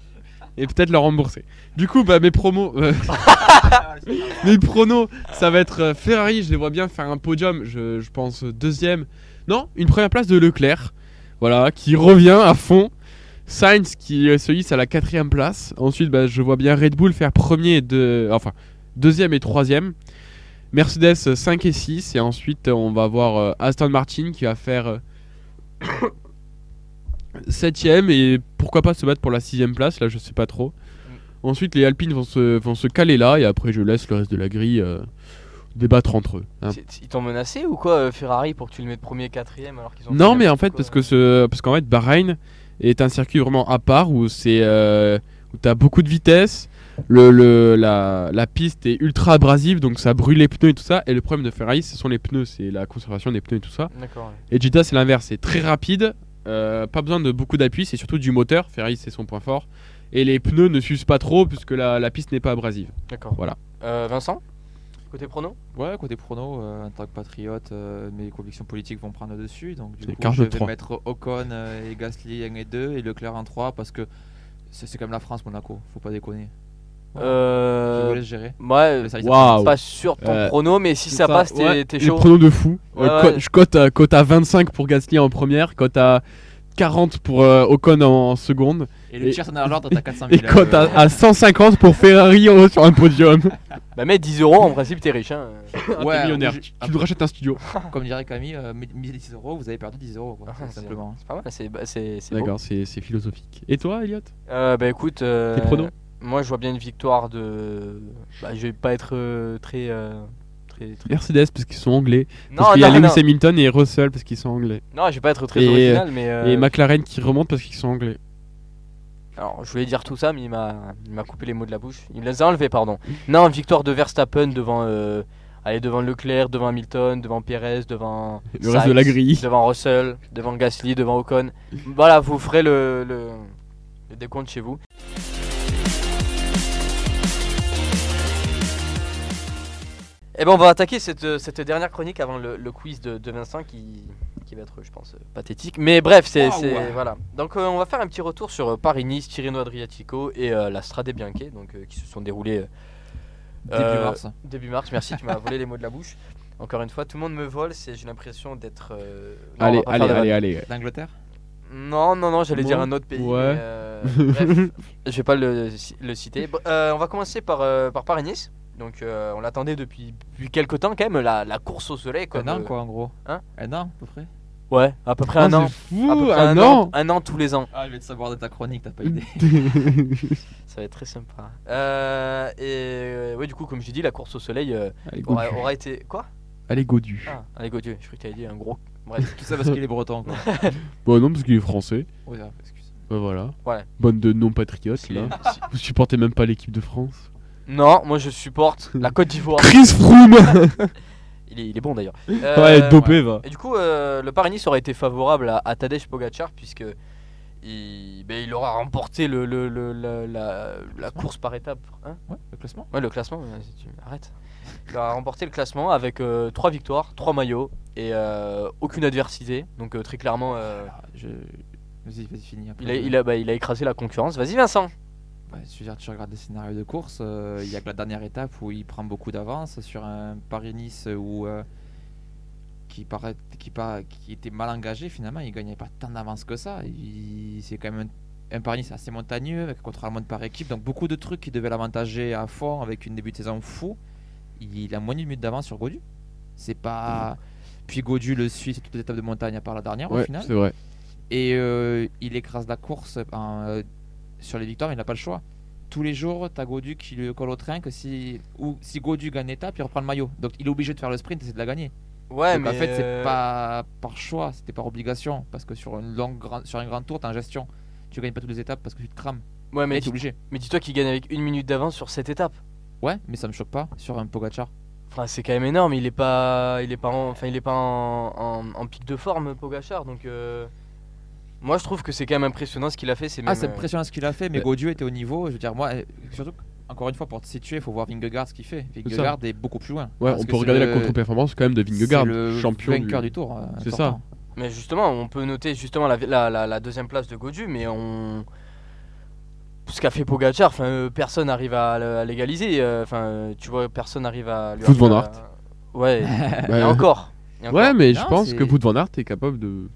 B: et peut-être la rembourser. Du coup, bah, mes promos, euh, mes pronos, ça va être euh, Ferrari. Je les vois bien faire un podium. Je, je pense euh, deuxième, non, une première place de Leclerc. Voilà, qui revient à fond. Sainz qui euh, se hisse à la quatrième place. Ensuite, bah, je vois bien Red Bull faire premier et deux, enfin deuxième et troisième. Mercedes euh, 5 et 6 et ensuite euh, on va voir euh, Aston Martin qui va faire euh, 7ème et pourquoi pas se battre pour la 6ème place là je sais pas trop. Ensuite les Alpines vont se, vont se caler là et après je laisse le reste de la grille euh, débattre entre eux. hein.
A: C'est- Ils t'ont menacé ou quoi, euh, Ferrari, pour que tu le mettes premier, quatrième alors qu'ils ont
B: Non
A: fait
B: mais en
A: n'importe
B: fait
A: quoi.
B: parce que ce, parce qu'en fait Bahreïn est un circuit vraiment à part où c'est euh, où t'as beaucoup de vitesse, le, le- la, la piste est ultra abrasive donc ça brûle les pneus et tout ça et le problème de Ferrari ce sont les pneus c'est la conservation des pneus et tout ça
A: D'accord. ouais.
B: et Jeddah, c'est l'inverse, c'est très rapide, euh, pas besoin de beaucoup d'appui, c'est surtout du moteur. Ferrari, c'est son point fort. Et les pneus ne s'usent pas trop puisque la, la piste n'est pas abrasive.
A: D'accord.
B: Voilà.
A: Euh, Vincent Côté prono
C: Ouais, côté pronos, euh, en tant que patriote, euh, mes convictions politiques vont prendre le dessus. Donc, du
B: C'est
C: coup,
B: Carl
C: je
B: de
C: vais
B: trois.
C: mettre Ocon euh, et Gasly en et 2 et Leclerc en 3 parce que c'est c'est quand même la France, Monaco. Faut pas déconner. Je vous
A: Euh.
C: laisse gérer.
A: Moi,
C: Mais ça, ils
B: Waouh.
C: attendent.
A: pas sûr de ton
B: Euh,
A: prono, mais si
B: c'est
A: ça,
B: ça,
A: passe, t'es
B: ouais,
A: t'es
B: Les
A: chaud.
B: pronos de fou.
A: Ouais,
B: Euh, co-
A: ouais.
B: Je cote à, cote à 25 pour Gasly en première, cote à 40 pour euh, Ocon en, en seconde,
C: Et le
B: Et-
C: tir sonore l'ordre, t'as 400
B: et
C: 000.
B: cote à,
C: euh,
B: à 150 pour Ferrari en haut sur un podium.
A: Bah, mets 10 euros, en principe, t'es riche. Hein.
B: Ah, t'es
C: Ouais,
B: millionnaire.
C: ou je-
B: Tu tu nous rachètes un studio.
C: Comme dirait Camille, euh, mis- mis les 10 euros, vous avez perdu 10 euros, quoi,
A: Ah,
C: tout
A: c'est-
C: simplement.
A: C'est pas mal, c'est bah, c'est- c'est beau.
B: D'accord, c'est c'est philosophique. Et toi, Elliot
A: Euh, bah écoute, euh,
B: Tes pronos
A: moi je vois bien une victoire de. Bah, je vais pas être euh, très, euh, très, très-
B: Mercedes parce qu'ils sont anglais.
A: Non,
B: Parce qu'il y a
A: non,
B: Lewis
A: non.
B: Hamilton et Russell parce qu'ils sont anglais.
A: Non, je vais pas être très
B: Et-
A: original, mais. euh,
B: Et McLaren qui remonte parce qu'ils sont anglais.
A: Alors, je voulais dire tout ça, mais il m'a, il m'a coupé les mots de la bouche. Il me les a enlevés, pardon. Non, victoire de Verstappen devant, euh, allez, devant Leclerc, devant Hamilton, devant Pérez, devant.
B: Le reste de la
A: Sainz,
B: grille.
A: Devant Russell, devant Gasly, devant Ocon. Voilà, vous ferez le, le, le décompte chez vous. Et ben on va attaquer cette, cette dernière chronique avant le, le quiz de, de Vincent qui, qui va être, je pense, euh, pathétique. Mais bref, c'est.
C: Waouh.
A: c'est- Voilà. Donc euh, on va faire un petit retour sur euh, Paris-Nice, Tirreno Adriatico et euh, la Strade Bianche, donc, euh, qui se sont déroulés. euh,
C: Début
A: euh,
C: mars.
A: Début mars, merci, tu m'as volé les mots de la bouche. Encore une fois, tout le monde me vole, c'est j'ai l'impression d'être. euh, non, on
B: allez,
A: va pas
B: allez,
A: faire de
B: allez, allez.
C: L'Angleterre
A: vanne. Non, non, non, j'allais
B: Moi
A: dire un autre pays. mais,
B: Ouais.
A: euh, bref, je vais pas le, le citer. Bon, euh, on va commencer par, euh, par Paris-Nice. Donc, euh, on l'attendait depuis, depuis quelques temps, quand même, la, la course au soleil. Comme,
C: Un an,
A: euh,
C: quoi, en gros.
A: hein
C: Un an, à peu près.
A: Ouais, à peu près
B: Ah,
A: un an.
B: c'est fou,
A: À peu près
B: un an
A: Un an tous les ans.
C: Ah, je vais te savoir de ta chronique, t'as pas idée.
A: Ça va être très sympa. Euh, et euh, ouais, du coup, comme je dis, la course au soleil euh,
B: Allez, Godu.
A: aura, aura été. Quoi
B: Allez, Godu.
A: Ah, allez, Godieu, je crois que t'avais dit un gros. Bref.
C: Tout ça parce qu'il est breton, quoi.
B: Bon, non, parce qu'il est français.
C: Ouais, grave, excuse.
B: Bah voilà.
A: Ouais.
B: Bande de non-patriotes, là. Vous supportez même pas l'équipe de France.
A: Non, moi je supporte la Côte d'Ivoire.
B: Chris Froome
C: Euh,
A: Il est, il est bon d'ailleurs.
B: Ouais,
A: Euh,
B: dopé, va.
A: Et du coup, euh, le Paris-Nice aurait été favorable à, à Tadej Pogacar puisque il, ben, il aura remporté le, le- le- la, la- la course par étapes. Hein
C: Ouais, le classement
A: ouais, le classement, euh, si tu- arrête. Il aura remporté le classement avec 3 victoires, 3 maillots et euh, aucune adversité. Donc euh, très clairement, euh,
C: Ah, je... Vas-y, vas-y, finis. Après,
A: il, a, il, a, bah, il a écrasé la concurrence. Vas-y Vincent
C: Ouais, je veux dire, tu regardes des scénarios de course, euh, il y a que la dernière étape où il prend beaucoup d'avance sur un Paris-Nice où euh, qui, paraît, qui, para- qui était mal engagé finalement, il gagnait pas tant d'avance que ça. Il- C'est quand même un, un Paris-Nice assez montagneux avec un contre-la-montre par équipe, donc beaucoup de trucs qui devaient l'avantager à fond avec une début de saison fou. Il a moins d'une minute d'avance sur Godu. C'est pas. Puis Godu le suit sur toutes les étapes de montagne à part la dernière au
B: Ouais,
C: final
B: c'est vrai.
C: et euh, il écrase la course en, euh, sur les victoires, mais il n'a pas le choix. Tous les jours, t'as Godu qui le colle au train que si ou si Godu gagne l'étape, il reprend le maillot. Donc il est obligé de faire le sprint et c'est de la gagner.
A: Ouais, euh,
C: Donc en fait, c'est pas par choix, c'était par obligation parce que sur une longue grand- sur un grand tour, t'es en gestion. Tu gagnes pas toutes les étapes parce que tu te crames.
A: ouais,
C: Mais
A: mais,
C: t'es
A: dis-
C: obligé.
A: mais dis-toi qu'il gagne avec une minute d'avance sur cette étape.
C: Ouais, mais ça me choque pas sur un Pogachar.
A: Enfin, c'est quand même énorme. Il est pas, il est pas, en, enfin, il est pas en, en- en pic de forme, Pogachar. Donc, euh, moi, je trouve que c'est quand même impressionnant ce qu'il a fait. C'est
C: Ah,
A: même,
C: c'est
A: euh,
C: impressionnant ce qu'il a fait, mais
B: Ouais.
C: Gaudieu était au niveau. Je veux dire, moi, euh, surtout, que, encore une fois, pour te situer, il faut voir Vingegaard ce qu'il fait. Vingegaard est beaucoup plus loin.
B: Ouais,
C: Parce
B: on
C: que
B: peut
C: c'est
B: regarder la
C: le-
B: contre-performance quand même de Vingegaard,
C: C'est le
B: champion
C: vainqueur du, tour. euh,
B: C'est
C: sortant.
A: Mais justement, on peut noter justement la, la- la- la deuxième place de Godu, mais on. Ce qu'a fait Pogachar, enfin, euh, personne n'arrive à, le- à l'égaliser. euh, Enfin, euh, tu vois, personne n'arrive à. lui
B: Wout van
A: arriver à- Ouais.
B: Bah,
A: Et encore. Et encore.
B: Ouais, mais je
C: Non,
B: pense
C: c'est-
B: que Wout van Aert est capable de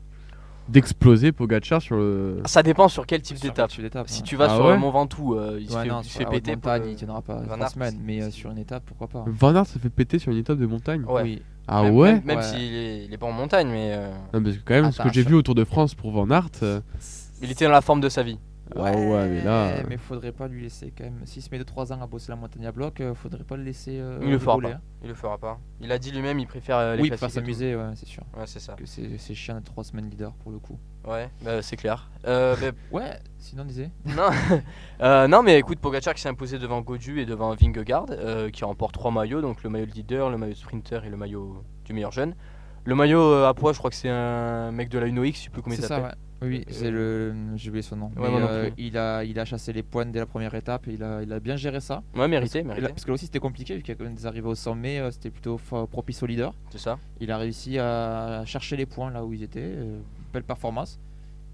B: d'exploser Pogacar sur le.
A: Ça dépend sur quel type
C: Sur le
A: d'étape.
C: type d'étape,
A: Si
C: ouais.
A: tu vas
B: Ah
A: sur
B: ouais
A: le Mont Ventoux, euh, il se
C: Ouais,
A: fait,
C: non,
A: il se
C: sur
A: fait
C: la haute
A: péter. pour
C: montagne,
A: le-
C: il tiendra pas
A: Van
C: trois
A: Aert,
C: semaines,
A: c'est-
C: mais euh,
A: c'est-
C: sur une étape, pourquoi pas.
B: Van Aert s'est fait péter sur une étape de montagne.
A: Ouais.
C: Oui.
B: Ah
A: Même-
B: ouais
A: Même, même
C: Ouais.
A: s'il est, il est pas en montagne, mais. euh,
B: Non, parce que quand même,
C: Ah,
B: ce
C: t'as
B: que
C: un
B: j'ai
C: choc.
B: vu au Tour de France pour Van Aert, euh,
A: Il était dans la forme de sa vie.
B: ah ouais, mais là,
C: Mais faudrait pas lui laisser quand même. S'il se met de 3 ans à bosser la montagne à bloc, euh, faudrait pas le laisser. euh,
A: Il le fera
C: rigoler,
A: pas.
C: hein.
A: Il le fera pas. Il a dit lui-même, il préfère euh, les
C: Oui, pour
A: classiques.
C: faire
A: et
C: s'amuser, ouais, c'est sûr.
A: tout. Ouais, c'est ça.
C: Que c'est c'est chiant d'être 3 semaines leader pour le coup.
A: Ouais, bah, c'est clair. Euh, ben,
C: Ouais, sinon, disait.
A: non. Euh, non, mais écoute, Pogacar qui s'est imposé devant Godu et devant Vingegaard, euh, qui remporte trois maillots, donc le maillot de leader, le maillot de sprinter et le maillot du meilleur jeune. Le maillot euh, à poids, je crois que c'est un mec de la Uno X, je sais plus comment il
C: C'est ça,
A: s'appelle.
C: ouais. Oui, oui,
A: Euh,
C: c'est le. J'ai oublié son nom.
A: ouais,
C: Mais,
A: moi non
C: euh,
A: plus.
C: il, a, il a chassé les pointes dès la première étape, et il a, il a bien géré ça.
A: Ouais, mérité,
C: Parce-
A: mérité.
C: Parce que là aussi c'était compliqué, vu qu'il y a quand même des arrivées au sommet, euh, c'était plutôt fa- propice au leader.
A: C'est ça.
C: Il a réussi à chercher les points là où ils étaient. euh, belle performance.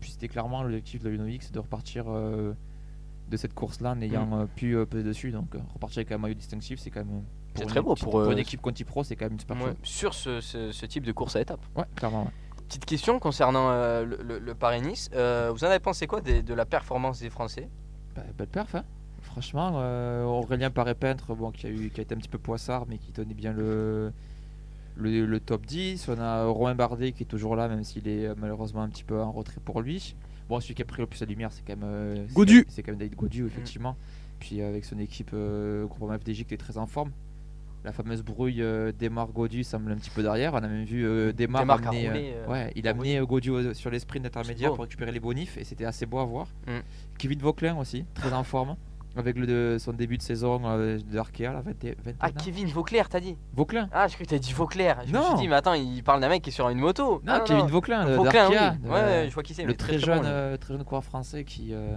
C: Puis c'était clairement l'objectif de la Uno X de repartir euh, de cette course-là en
A: Mm.
C: ayant euh, pu euh, peser dessus. Donc euh, repartir avec un maillot distinctif, c'est quand même. euh,
A: C'est
C: pour
A: très
C: une
A: beau
C: équipe-
A: pour,
C: pour
A: euh,
C: une équipe Conti Pro, c'est quand même une super
A: Ouais,
C: chose.
A: Sur ce, ce- ce type de course à étapes.
C: Ouais, clairement. ouais.
A: Petite question concernant euh, le, le- le Paris-Nice. Euh, vous en avez pensé quoi des- de la performance des Français
C: Bah, belle perf, hein. Franchement, euh, Aurélien Paré-Peintre, bon, qui, a eu, qui a été un petit peu poissard, mais qui tenait bien le, le, le top 10. On a Romain Bardet qui est toujours là, même s'il est euh, malheureusement un petit peu en retrait pour lui. Bon, celui qui a pris le plus la lumière, c'est quand même. euh, c'est
B: Gaudu.
C: quand même- C'est quand même David Gaudu,
A: Mm.
C: effectivement. Puis euh, avec son équipe euh, groupe FDJ qui est très en forme. La fameuse brouille euh, Desmar Gaudu semble un petit peu derrière. On a même vu euh, Desmar,
A: Desmar qui a
C: amener, euh,
A: roulé, euh,
C: ouais, il
A: pour
C: a amené euh, Gaudu au- sur les sprints intermédiaires
A: beau.
C: pour récupérer les bonifs et c'était assez beau à voir.
A: Mm.
C: Kevin Vauclin aussi, très en forme. Avec le, de- son début de saison euh, de Arkea, là, 21
A: Ah,
C: ans.
A: Kevin Vauclair, t'as dit
C: Vauclin
A: Ah, je crois que t'as dit Vauclair. Je me
C: Non.
A: suis dit, mais attends, il parle d'un mec qui est sur une moto.
C: Non,
A: Ah,
C: Kevin Vauclin, de-
A: Vauclair, oui.
C: d'Arkea, de-
A: Ouais, ouais, je vois qui c'est. mais
C: le très,
A: bon,
C: jeune,
A: lui.
C: euh, très jeune coureur français qui, euh,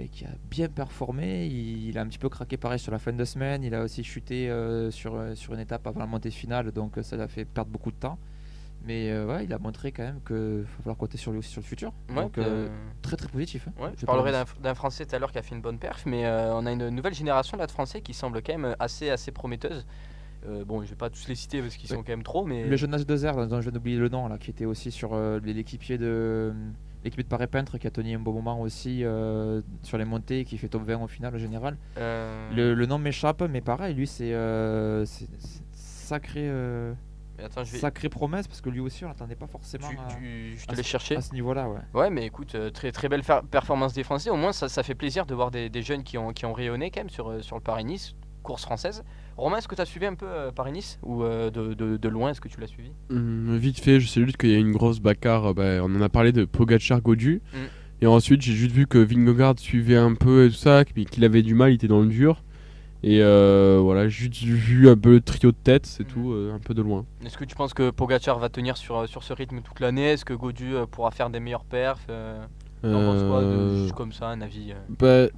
C: mais qui a bien performé. Il, il a un petit peu craqué pareil sur la fin de semaine. Il a aussi chuté euh, sur, euh, sur une étape avant la montée finale, donc euh, ça l'a fait perdre beaucoup de temps. Mais euh, ouais, il a montré quand même qu'il va falloir compter sur lui aussi sur le futur.
A: Ouais,
C: donc
A: puis,
C: euh,
A: euh,
C: très très positif. hein.
A: ouais,
C: Je
A: je parlerai
C: pense.
A: d'un d'un Français tout à l'heure qui a fait une bonne perf, mais euh, on a une nouvelle génération là de Français qui semble quand même assez, assez prometteuse. Euh, bon, je vais pas tous les citer parce qu'ils
C: Ouais.
A: sont quand même trop, mais.
C: Le jeune H2R, là, dont je viens d'oublier le nom, là, qui était aussi sur euh, l'équipier de l'équipe de Paré Peintre, qui a tenu un bon moment aussi euh, sur les montées, et qui fait top 20 au final, au général.
A: euh,
C: Le, le nom m'échappe, mais pareil, lui, c'est euh, c'est- c'est sacré. euh,
A: Mais attends, je vais.
C: Sacrée promesse parce que lui aussi on l'attendait pas forcément
A: tu-
C: à,
A: tu- je te
C: euh, à
A: laisse
C: ce-
A: chercher.
C: à ce niveau-là. Ouais.
A: Ouais, mais écoute, euh, très, très belle fer- performance des Français. Au moins, ça, ça fait plaisir de voir des, des jeunes qui ont, qui ont rayonné quand même sur, euh, sur le Paris-Nice, course française. Romain, est-ce que tu as suivi un peu euh, Paris-Nice Ou euh, de, de- de loin, est-ce que tu l'as suivi
B: Hum, vite fait, je sais juste qu'il y a une grosse bagarre. bah, on en a parlé de Pogacar Godu.
A: Mm.
B: Et ensuite, j'ai juste vu que Vingegaard suivait un peu et tout ça, mais qu'il avait du mal, il était dans le dur. Et euh, voilà, j'ai juste vu un peu le trio de tête, c'est
A: Mm.
B: tout, euh, un peu de loin.
A: Est-ce que tu penses que Pogachar va tenir sur, euh, sur ce rythme toute l'année Est-ce que Godu euh, pourra faire des meilleurs perfs euh, T'en penses quoi de-
B: Euh,
A: juste comme ça, un avis euh
B: bah,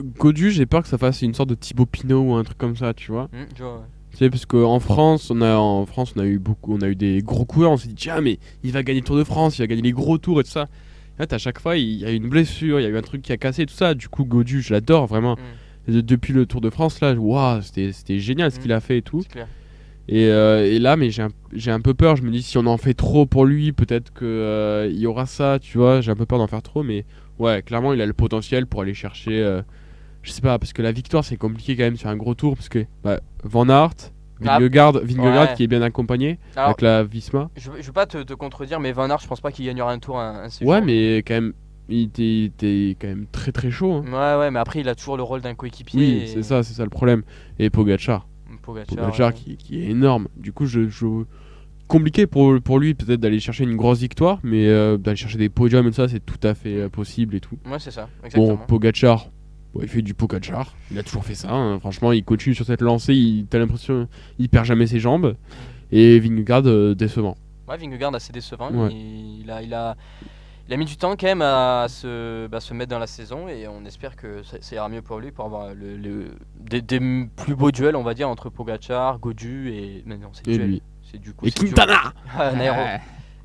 B: Godu, j'ai peur que ça fasse une sorte de Thibaut Pinot ou un truc comme ça, tu vois.
A: Hmm, tu vois, ouais.
B: Tu sais, parce qu'en France, on a, en France, on a eu beaucoup, on a eu des gros coureurs. On s'est dit, tiens, mais il va gagner le Tour de France, il va gagner les gros tours et tout ça. Et Là, à chaque fois, il y a eu une blessure, il y a eu un truc qui a cassé et tout ça. Du coup, Godu, je l'adore vraiment. Et de- Depuis le Tour de France, là, waouh, c'était c'était génial ce
A: Mm.
B: qu'il a fait et tout.
A: C'est clair.
B: Et, euh, et là, mais j'ai un, j'ai un peu peur. Je me dis, si on en fait trop pour lui, peut-être que euh, il y aura ça, tu vois. J'ai un peu peur d'en faire trop, mais ouais, clairement, il a le potentiel pour aller chercher. euh, je sais pas, parce que la victoire, c'est compliqué quand même sur un gros tour, parce que bah, Van Aert,
A: Ah,
B: Vingegaard, Vingegaard
A: ouais. Ah.
B: qui est bien accompagné
A: Alors,
B: avec la Visma.
A: je, je veux pas te, te contredire, mais Van Aert, je pense pas qu'il gagnera un tour un, un séjour.
B: Ouais, mais quand même, il était, il était quand même très très chaud. hein.
A: Ouais, ouais, mais après, il a toujours le rôle d'un coéquipier.
B: Oui,
A: et-
B: c'est ça, c'est ça le problème. Et Pogacar.
A: Pogacar, euh,
B: Pogacar
A: ouais.
B: qui, qui est énorme. Du coup, je, je- compliqué pour, pour lui peut-être d'aller chercher une grosse victoire, mais euh, d'aller chercher des podiums et tout ça, c'est tout à fait euh, possible et tout.
A: Ouais, c'est ça, exactement.
B: Bon, Pogacar, bon, il fait du Pogacar. Il a toujours fait ça. hein. Franchement, il continue sur cette lancée. Il, t'as l'impression il perd jamais ses jambes. Et Vingegaard euh, décevant.
A: Ouais, Vingegaard assez décevant.
B: Ouais.
A: Il, il a, il, a, il a mis du temps quand même à se, bah, se mettre dans la saison et on espère que ça, ça ira mieux pour lui pour avoir le, le- des, des m- plus beaux duels, on va dire, entre Pogachar, Godu et. Mais non, c'est
B: Et
A: duel.
B: lui.
A: C'est du coup.
B: Et
A: c'est duo.
B: Quintana.
A: Ah, Nairo.
C: Ouais.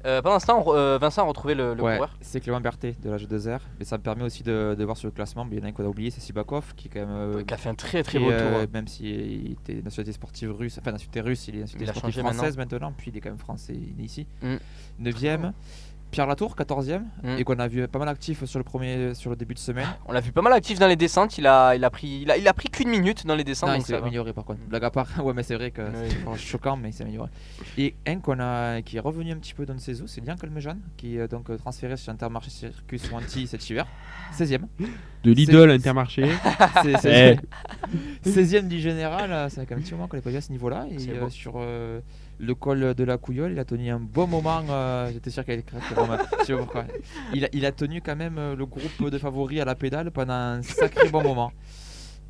A: Euh, pendant ce temps, on re- euh, Vincent a retrouvé le, le
C: Ouais,
A: coureur.
C: c'est Clément Berthet de l'âge 2 r mais ça me permet aussi de, de voir sur le classement, mais il y en a un qu'on a oublié, c'est Sibakov qui est quand même euh,
A: qui a fait un très très
C: qui,
A: beau
C: euh,
A: tour.
C: même s'il était nationalité sportive russe, enfin nationalité russe, il est nationalité
A: Il a
C: sportive
A: changé
C: française maintenant. puis il est quand même français, il est ici.
A: Mm.
C: 9e. Pierre Latour, 14e,
A: Mm. Ah,
C: et qu'on a vu pas mal actif sur le premier, sur le début de semaine.
A: On l'a vu pas mal actif dans les descentes. Il a, il a pris, il a, il a pris qu'une minute dans les descentes.
C: Non, il
A: donc
C: s'est
A: ça va.
C: amélioré par contre. Blague à part, ouais, mais c'est vrai que
A: Oui.
C: c'est vraiment choquant, mais il s'est amélioré. Et un qu'on a, qui est revenu un petit peu dans de ses eaux, c'est Lian Colmejean, qui est donc euh, transféré sur Intermarché Circus Wanty cet hiver, 16e.
B: De Lidl, Intermarché.
C: C'est-
B: Eh.
C: c'est- 16e du général, euh, ça fait un petit moment qu'on n'est pas vu à ce niveau-là. Et
A: C'est
C: euh,
A: beau.
C: sur euh, le col de la Couillole, il a tenu un bon moment. euh, J'étais sûr qu'il allait craquer Romain, je sais pas pourquoi. Il a, il a tenu quand même euh, le groupe de favoris à la pédale pendant un sacré bon moment.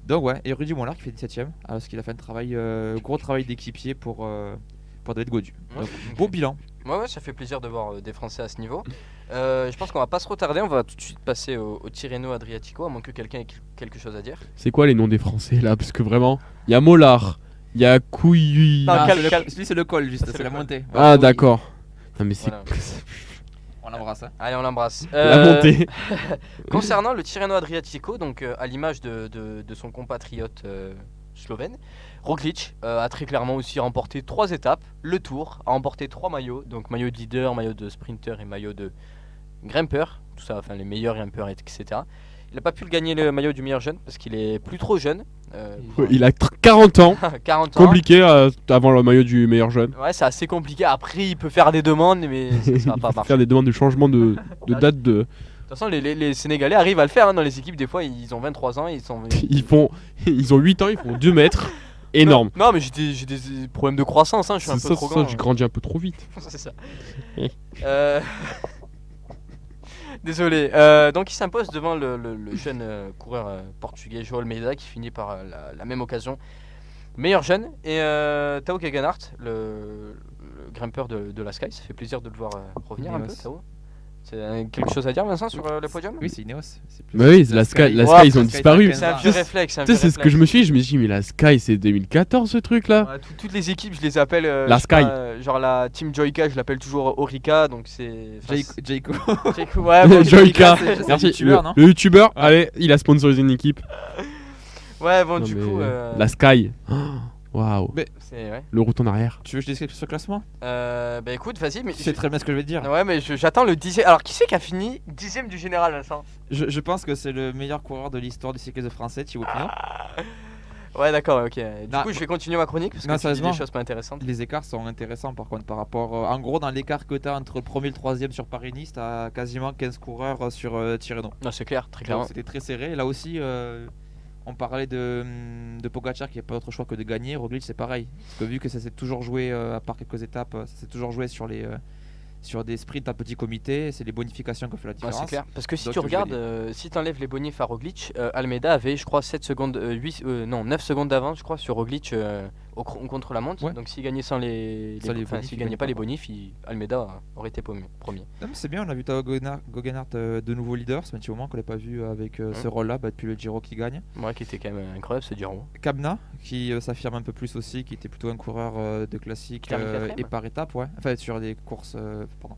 C: Donc, ouais, et Rudy Mollard qui fait 17ème, alors qu'il a fait un travail, euh, gros travail d'équipier pour, euh, pour David Godu.
A: Ouais.
C: Donc, beau bilan.
A: Ouais, ouais, ça fait plaisir de voir euh, des Français à ce niveau. Euh, je pense qu'on va pas se retarder, on va tout de suite passer au, au Tirreno Adriatico, à moins que quelqu'un ait quel- quelque chose à dire.
B: C'est quoi les noms des Français là Parce que vraiment, il y a Mollard, il y a Couilly.
A: Non,
B: Ah,
A: calme,
C: c'est le-
A: calme.
C: Lui, c'est le col, juste,
A: Ça, c'est le
C: c'est la
A: col.
C: montée.
B: Ah,
C: Voilà.
B: d'accord. Non mais c'est
A: Voilà.
C: On l'embrasse. hein.
A: Allez, on l'embrasse.
B: la
A: Euh,
B: montée.
A: Concernant le Tirreno Adriatico, donc euh, à l'image de, de- de son compatriote euh, slovène, Roglic euh, a très clairement aussi remporté trois étapes, le Tour, a remporté trois maillots, donc maillot de leader, maillot de sprinter et maillot de grimpeur, tout ça, enfin les meilleurs grimpeurs, etc. Il n'a pas pu le gagner le maillot du meilleur jeune parce qu'il est plus trop jeune. euh, pour-
B: Il a tr- 40 ans.
A: 40 ans.
B: Compliqué euh, avant le maillot du meilleur jeune.
A: Ouais, c'est assez compliqué. Après, il peut faire des demandes, mais ça, ça va
B: Il
A: pas
B: faut
A: marcher.
B: faire des demandes de changement de, de date de.
A: De toute façon, les, les- les Sénégalais arrivent à le faire hein, dans les équipes. Des fois, ils ont 23 ans, ils sont.
B: Ils font, ils ont 8 ans, ils font 2 mètres, énorme.
A: Non, mais j'ai des, j'ai des problèmes de croissance, hein, je suis un
B: C'est
A: peu
B: ça,
A: trop
B: ça,
A: grand.
B: je grandis un peu trop vite.
A: hein. C'est ça. Euh, Désolé. Euh, donc, il s'impose devant le, le- le jeune euh, coureur euh, portugais João Almeida qui finit par euh, la, la même occasion. Meilleur jeune. Et euh, Tao Kaganhart, le, le grimpeur de, de la Sky. Ça fait plaisir de le voir euh, revenir un peu,
C: Yes.
A: Tao. C'est euh, quelque chose à dire, Vincent, sur euh, le podium
C: Oui, c'est Ineos. c'est plus-
B: Bah oui, la Sky, la
A: Ouais,
B: Sky, ils ont
C: la Sky,
B: disparu.
C: t'as
A: C'est un vieux
B: Tu sais-
A: réflexe. un
B: tu sais,
A: vieux
B: c'est ce que
A: réflexe.
B: je me suis dit, je me suis dit, mais la Sky, c'est 2014 ce truc là.
A: Ouais, tout- toutes les équipes, je les appelle. euh,
B: La
A: je sais pas,
B: Sky.
A: euh, genre la Team Joyka, je l'appelle toujours Orica, donc c'est. enfin,
B: Bah,
C: Jayco- Jayco.
A: c'est- Jayco, ouais, Ah bon,
B: Joyka.
A: c'est- c'est-
B: Merci.
C: youtubeur, non
B: le, le youtubeur, allez, il a sponsorisé une équipe.
A: Ouais, bon,
B: Non,
A: du
B: mais
A: coup. euh,
B: La Sky. Oh, Waouh.
A: c'est- ouais.
B: Le route en arrière.
C: Tu veux que je décrive ce classement
A: Euh, bah écoute, vas-y, mais.
C: Tu sais
A: je-
C: très bien ce que je vais te dire.
A: Ouais, mais je- j'attends le dixième. Alors, qui c'est qui a fini dixième du général, Vincent Ah.
C: Je, je pense que c'est le meilleur coureur de l'histoire du cyclisme français, Thibaut Pinot.
A: Ouais, d'accord, ok. Du
C: Non.
A: coup, je vais continuer ma chronique parce que
C: Non,
A: tu dis des
C: sérieusement.
A: choses pas intéressantes.
C: Les écarts sont intéressants par contre par rapport. euh, en gros, dans l'écart que tu as entre le premier et le troisième sur Paris-Nice, tu as quasiment 15 coureurs euh, sur euh, Tirreno.
A: Non, c'est clair, très
C: Donc,
A: clairement.
C: C'était très serré. Et Là aussi, euh, on parlait de, hum, de Pogacar qui n'a pas d'autre choix que de gagner. Roglic, c'est pareil. Parce que vu que ça s'est toujours joué, euh, à part quelques étapes, euh, ça s'est toujours joué sur, les, euh, sur des sprints à petit comité. C'est les bonifications qui ont fait la
A: Ouais,
C: différence.
A: c'est clair. Parce que si
C: Donc,
A: tu
C: je vais
A: regardes,
C: dire.
A: euh, si tu enlèves les bonifs à Roglic, euh, Almeida avait, je crois, 7 secondes, euh, 8, euh, non, 9 secondes d'avance, je crois, sur Roglic euh, au cro- contre la montre.
C: Ouais.
A: Donc s'il gagnait sans les,
C: Sans les
A: enfin,
C: bonifs,
A: s'il
C: il
A: gagnait
C: gagne
A: pas
C: pas,
A: les
C: quoi.
A: bonifs, il- Almeida euh, aurait été paumé- premier.
C: Non, Ah, mais c'est bien, on a vu Tao Gogenhardt euh, de nouveau leader. C'est un petit moment qu'on l'a pas vu avec euh, ce
A: Ouais.
C: rôle-là bah, depuis le Giro qui gagne.
A: Moi qui était quand même euh, incroyable ce Giro.
C: Kabna qui euh, s'affirme un peu plus aussi, qui était plutôt un coureur euh, de classique
A: Qui arrive
C: euh,
A: quatrième.
C: et par étapes, ouais. Enfin sur des courses, euh, pardon,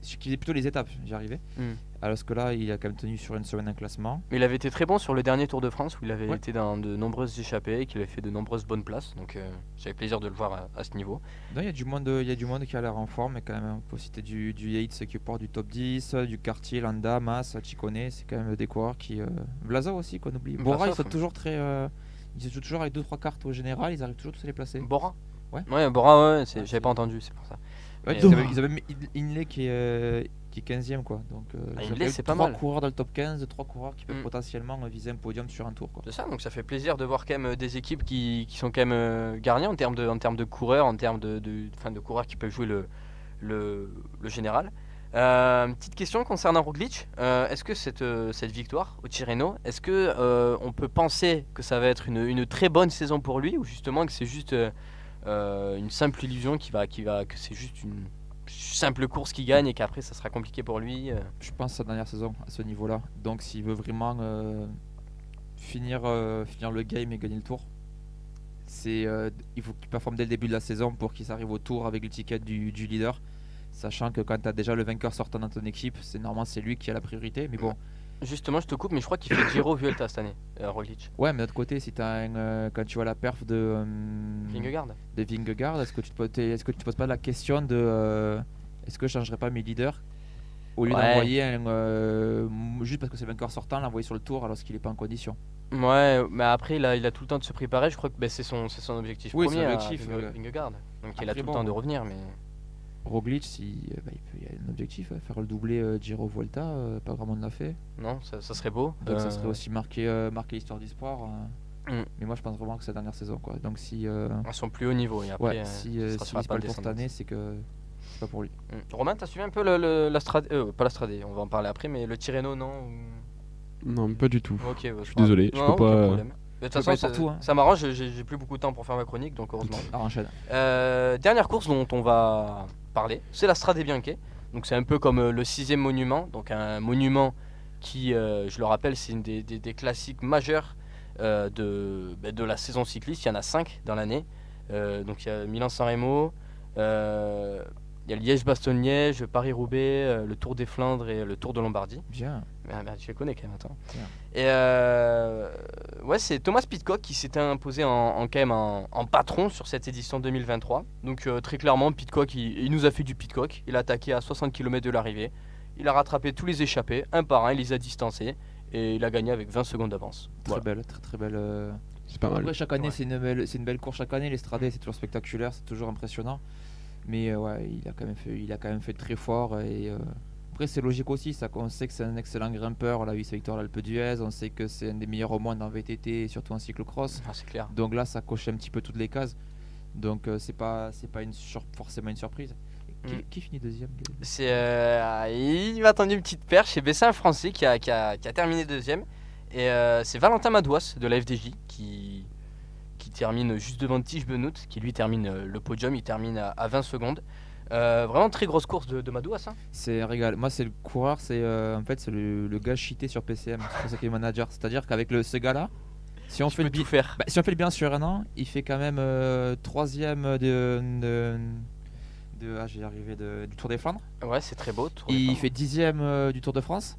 C: Sur- qui faisait plutôt les étapes, j'y arrivais.
A: Mm.
C: Alors que là, il a quand même tenu sur une semaine un classement.
A: Mais il avait été très bon sur le dernier Tour de France où il avait
C: Ouais.
A: été dans de nombreuses échappées et qu'il avait fait de nombreuses bonnes places. Donc euh, j'avais plaisir de le voir à, à ce niveau.
C: Non, il y a du monde, il y a du monde qui a l'air en forme, mais quand même, on peut citer du, du Yates qui porte du top 10, du Quartier, Landa, Mas, Chicone, c'est quand même des coureurs qui. euh, Vlasov aussi qu'on oublie.
A: Vlasov,
C: Bora, ils sont
A: ouais.
C: toujours très, euh, ils jouent toujours avec deux trois cartes au général, ils arrivent toujours tous à les placer.
A: Bora
C: Ouais.
A: Ouais, Bora, ouais, c'est- j'avais
C: Ouais, c'est-
A: pas entendu, c'est pour ça.
C: Ouais,
A: Et
C: ils,
A: donc-
C: avaient, ils avaient même In- Inlay qui est, euh, qui est 15e quoi. Donc euh,
A: Ah,
C: ils ont
A: Inlay,
C: quand même
A: c'est pas
C: trois
A: mal.
C: coureurs dans le top 15, trois coureurs qui peuvent
A: Mm.
C: potentiellement euh, viser un podium sur un tour quoi.
A: C'est ça, donc ça fait plaisir de voir quand même euh, des équipes qui, qui sont quand même euh, garnies en termes de, en termes de coureurs, en termes de, de, enfin, de coureurs qui peuvent jouer le, le, le général. Euh, petite question concernant Roglic, Euh, est-ce que cette, euh, cette victoire au Tirreno, est-ce que euh, on peut penser que ça va être une, une très bonne saison pour lui ou justement que c'est juste euh, euh, une simple illusion qui va, qui va, que c'est juste une simple course qui gagne et qu'après ça sera compliqué pour lui euh,
C: Je pense sa dernière saison à ce niveau-là. Donc s'il veut vraiment euh, finir, euh, finir le game et gagner le tour, c'est euh, il faut qu'il performe dès le début de la saison pour qu'il s'arrive au tour avec l'étiquette du, du leader. Sachant que quand tu as déjà le vainqueur sortant dans ton équipe, c'est normalement c'est lui qui a la priorité. Mais bon,
A: Justement, je te coupe, mais je crois qu'il fait Giro Vuelta cette année, euh, Roglic.
C: ouais, mais d'un autre côté, si t'as un, euh, quand tu vois la perf de euh,
A: Vingegaard.
C: de Vingegaard, est-ce que tu te poses, t'es- est-ce que tu te poses pas la question de euh, est-ce que je changerais pas mes leaders au lieu
A: Ouais.
C: d'envoyer un, euh, juste parce que c'est le vainqueur sortant l'envoyer sur le tour alors qu'il est pas en condition.
A: Ouais, mais après, là, il a tout le temps de se préparer. Je crois que bah, c'est son, c'est son objectif
C: Oui, c'est
A: premier, à
C: l'objectif,
A: Vinge-
C: ouais.
A: Vingegaard. Donc il a
C: Après,
A: tout le
C: bon,
A: temps de
C: ouais.
A: revenir, mais
C: Roglic, si euh, bah, il, peut, il y a un objectif, hein, faire le doublé euh, Giro Vuelta, euh, pas grand monde l'a fait,
A: non, ça, ça serait beau.
C: donc
A: Euh,
C: ça serait aussi marquer euh, marquer l'histoire d'espoir. hein.
A: Mm.
C: Mais moi je pense vraiment que c'est la dernière saison quoi. Donc si euh,
A: À son plus haut niveau. Et après,
C: ouais,
A: euh,
C: si
A: ça
C: euh,
A: sera
C: s'il
A: sur la
C: vise pas
A: pente
C: le tour cette
A: descendante.
C: année, c'est que c'est pas pour lui.
A: Mm. Romain, t'as suivi un peu le, le- la strat... euh, pas la stradée, on va en parler après, mais le Tirreno, non ou-
B: Non, mais pas du tout.
A: Ok, bah, je
B: suis désolé, je peux
A: aucun
B: pas, euh,
A: problème. Mais De toute
C: peux pas
A: façon,
C: être
A: ça,
C: partout, hein.
A: ça m'arrange, j'ai j'ai plus beaucoup de temps pour faire ma chronique, donc heureusement.
C: Alors enchaîne.
A: Euh, dernière course dont on va parler, c'est la Strade Bianche. Donc c'est un peu comme euh, le sixième monument, donc un monument qui, euh, je le rappelle, c'est une des, des- des classiques majeurs euh, de, ben, de la saison cycliste. Il y en a cinq dans l'année. Euh, donc il y a Milan-San Remo, euh, il y a Liège-Bastogne-Liège, Paris-Roubaix, euh, le Tour des Flandres et le Tour de Lombardie.
C: Bien.
A: Ah merde, je les connais quand même, attends.
C: Tiens.
A: Et euh, ouais, c'est Thomas Pitcock qui s'était imposé en, en- quand même en, en patron sur cette édition 2023. Donc euh, très clairement, Pitcock, il, il nous a fait du Pitcock. Il a attaqué à 60 km de l'arrivée. Il a rattrapé tous les échappés, un par un, il les a distancés. Et il a gagné avec 20 secondes d'avance.
C: Très
A: Voilà.
C: belle, très très belle. euh,
B: C'est pas mal.
C: Après, chaque
A: Ouais.
C: année,
A: Mm.
C: c'est une, belle- c'est une belle course. Chaque année, l'Estradé, c'est toujours spectaculaire, c'est toujours impressionnant. Mais euh, ouais, il a, quand même fait, il a quand même fait très fort. Et, euh, Après, c'est logique aussi. Ça, on sait que c'est un excellent grimpeur. On l'a vu sa victoire à l'Alpe d'Huez. On sait que c'est un des meilleurs au monde en VTT et surtout en cyclocross.
A: Ah, c'est clair.
C: Donc là, ça coche un petit peu toutes les cases. Donc, euh, c'est pas, c'est pas une sur- forcément une surprise. Qui,
A: Mm.
C: qui finit deuxième Gaël
A: C'est, euh, il m'a tendu une petite perche. C'est Bessin Français qui a, qui a- qui a terminé deuxième. Et euh, c'est Valentin Madouas de la FDJ qui, qui termine juste devant Tige Benoît, qui lui termine euh, le podium. Il termine à, à 20 secondes. Euh, vraiment très grosse course de, de Madouas. hein.
C: C'est un régal. Moi, c'est le coureur, c'est euh, en fait c'est le, le gars cheaté sur PCM. C'est pour ça qu'il est manager. C'est-à-dire qu'avec le, ce gars-là, si on
A: Il
C: fait
A: peut
C: le bi-
A: tout faire.
C: Bah, si on fait le bien sur un an, il fait quand même euh, troisième de, de, de- ah, j'ai arrivé de- du Tour des Flandres.
A: Ouais, c'est très beau. Tour des
C: Il
A: Flandres.
C: fait dixième euh, du Tour de France.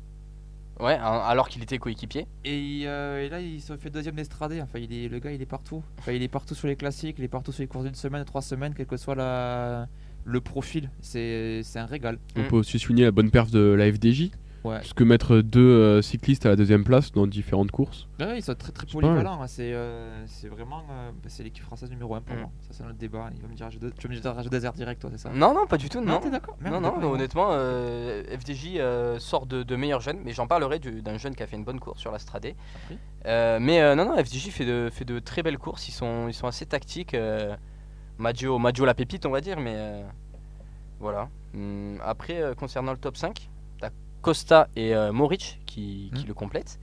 A: Ouais, hein, alors qu'il était coéquipier.
C: Et, euh, et là, il se fait deuxième d'Estradé. Enfin, il est, le gars, il est partout. Enfin, il est partout sur les classiques, il est partout sur les courses d'une semaine, trois semaines, quel que soit la- le profil. C'est c'est un régal.
B: On peut aussi souligner la bonne perf de la FDJ
C: Ouais.
B: Parce que mettre deux euh, cyclistes à la deuxième place dans différentes courses.
C: Ouais, ouais, ils sont très très
B: pas mal.
C: polyvalents. hein. C'est euh, c'est vraiment euh, bah, c'est l'équipe française numéro 1 pour
A: Mm.
C: moi. Ça c'est notre débat. Il va me dire Rage de- tu vas me dire Rage Desert direct toi, c'est ça
A: Non, non, pas du tout, non.
C: t'es d'accord Merde,
A: Non,
C: d'accord
A: non,
C: avec moi.
A: honnêtement, euh, FDJ euh, sort de, de meilleurs jeunes, mais j'en parlerai du- d'un jeune qui a fait une bonne course sur la Stradé.
C: Après.
A: Euh, mais euh, non, non, FDJ fait de, fait de très belles courses, ils sont, ils sont assez tactiques. euh, Maggio, Maggio la pépite, on va dire, mais euh, voilà. Hum, après, euh, concernant le top 5, t'as Costa et euh, Moric qui, qui
C: Hmm.
A: le complètent.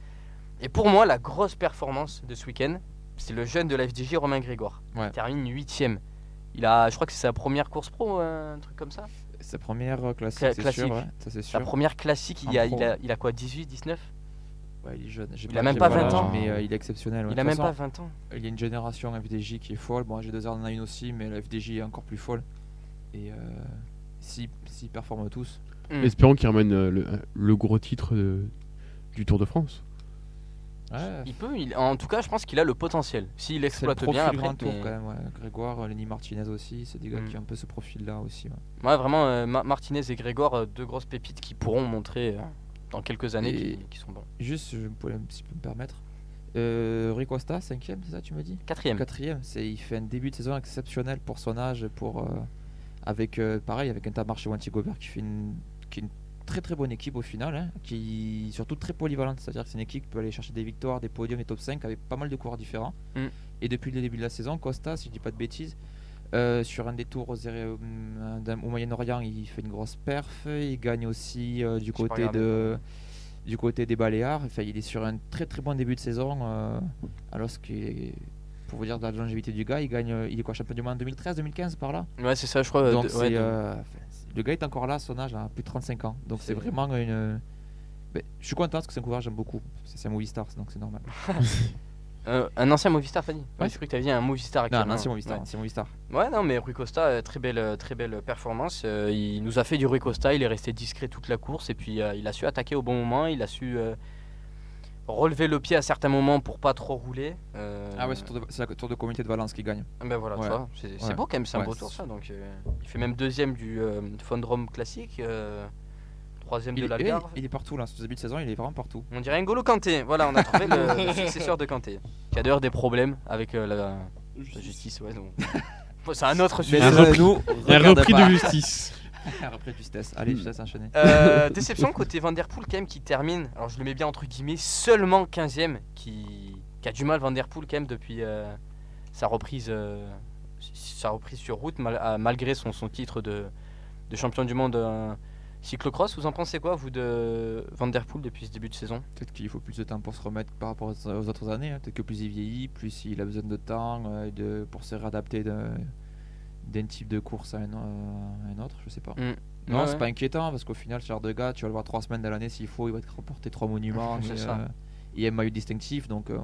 A: Et pour moi, la grosse performance de ce week-end, c'est le jeune de la FDJ, Romain Grégoire.
C: Ouais.
A: Il termine 8ème. Il a, je crois que c'est sa première course pro, euh, un truc comme ça.
C: Sa première euh, classique,
A: Cla-
C: c'est sûr.
A: classique.
C: ouais, Ça c'est
A: La
C: sûr. hein.
A: première classique, il, y a,
C: En pro.
A: il, a, il a quoi 18, 19
C: Ouais, il est jeune. J'ai
A: Il a même
C: j'ai
A: pas
C: l'âge,
A: 20 ans.
C: mais euh, il est exceptionnel. ouais.
A: Il a
C: De
A: même
C: toute
A: pas
C: façon,
A: 20 ans.
C: Il y a une génération FDJ qui est folle. Bon, G2R en a une aussi, mais la FDJ est encore plus folle. Et euh, s'ils s'ils performent tous,
A: Mm.
B: Espérons qu'ils ramènent euh, le, le gros titre euh, du Tour de France.
C: ouais,
A: Il peut, il- en tout cas, je pense qu'il a le potentiel. S'il
C: c'est le
A: exploite
C: profil
A: bien après.
C: grand tour
A: mais-
C: quand même. ouais. Grégoire, euh, Lenny Martinez aussi, c'est des gars
A: Mm.
C: qui ont un peu ce profil-là aussi. ouais.
A: Ouais, vraiment, euh, Ma- Martinez et Grégoire, euh, deux grosses pépites qui pourront montrer euh, dans quelques années
C: Et-
A: qui, qui sont bons.
C: Juste, je pourrais, si je peux me permettre. Euh, Rui Costa, cinquième, c'est ça tu me dis
A: Quatrième.
C: Quatrième, c'est il fait un début de saison exceptionnel pour son âge, pour euh, avec euh, pareil avec Intermarché ou Antigobert qui fait une, qui est une très très bonne équipe au final, hein, qui surtout très polyvalente, c'est-à-dire que c'est une équipe qui peut aller chercher des victoires, des podiums et top 5 avec pas mal de coureurs différents.
A: Mm.
C: Et depuis le début de la saison, Costa, si je dis pas de bêtises, euh, sur un des tours au, Zéro- euh, d'un- au Moyen-Orient, il fait une grosse perf, il gagne aussi euh, du
A: pas
C: côté
A: regardé.
C: de du côté des Baléares, enfin, il est sur un très très bon début de saison euh, alors ce qui est- pour vous dire de la longévité du gars, il gagne, euh, il est quoi champion du monde en 2013, 2015 par là.
A: Ouais, c'est ça, je crois. euh,
C: Donc
A: de-
C: c'est,
A: ouais, de-
C: euh, enfin, c'est- le gars est encore là, à son âge, là, plus de 35 ans. Donc
A: C'est-
C: c'est vraiment une. Ben, je suis content parce que c'est un coureur que j'aime beaucoup. parce que C'est un movie star, donc c'est normal.
A: Ah, euh, un ancien Movistar, Fanny. Ouais,
C: Ouais.
A: je crois que t'avais dit un Movistar
C: Non,
A: actuellement.
C: non, c'est movie star,
A: Ouais.
C: c'est movie star.
A: Ouais, non, mais Rui Costa, euh, très belle, euh, très belle performance. Euh, il nous a fait du Rui Costa, il est resté discret toute la course et puis euh, il a su attaquer au bon moment, il a su euh, relever le pied à certains moments pour pas trop rouler. Euh,
C: Ah ouais, c'est le tour de- c'est la tour de communauté de Valence qui gagne.
A: Ben voilà, tu
C: Ouais.
A: vois, c'est c'est
C: Ouais.
A: beau quand même, c'est un
C: Ouais,
A: beau
C: c'est
A: tour ça. Donc, euh, il fait même deuxième du euh, Fondrom classique, euh, troisième
C: Il,
A: de
C: est-
A: l'Algarve.
C: il est partout là, ce début de saison, il est vraiment partout.
A: On dirait N'Golo Kanté, voilà, on a trouvé le, le successeur de Kanté. Qui a d'ailleurs des problèmes avec euh, la, la justice, ouais. donc. Bon, c'est un autre sujet.
B: Un
C: euh,
B: repris-
C: nous,
B: Un
C: regarde
B: repris
C: pas.
B: de justice.
C: Un repris de justesse. Allez,
B: Mm.
C: justesse enchaînée.
A: Euh, déception côté Van Der Poel quand même qui termine, alors je le mets bien entre guillemets, seulement 15ème, qui, qui a du mal Van Der Poel quand même depuis euh, sa, reprise, euh, sa reprise sur route, mal- à- malgré son, son titre de, de champion du monde euh, cyclocross. Vous en pensez quoi, vous, de Van Der Poel depuis ce début de saison
C: Peut-être qu'il faut plus de temps pour se remettre par rapport aux aux autres années. hein. Peut-être que plus il vieillit, plus il a besoin de temps euh, et de, pour se réadapter d'un d'un type de course à un, euh, à un autre. Je sais pas. Non,
A: Ouais,
C: c'est
A: ouais.
C: pas inquiétant parce qu'au final, ce genre de gars, tu vas le voir trois semaines dans l'année s'il faut, il va te remporter trois monuments.
A: C'est
C: et,
A: ça.
C: euh, et un maillot distinctif. Donc, euh,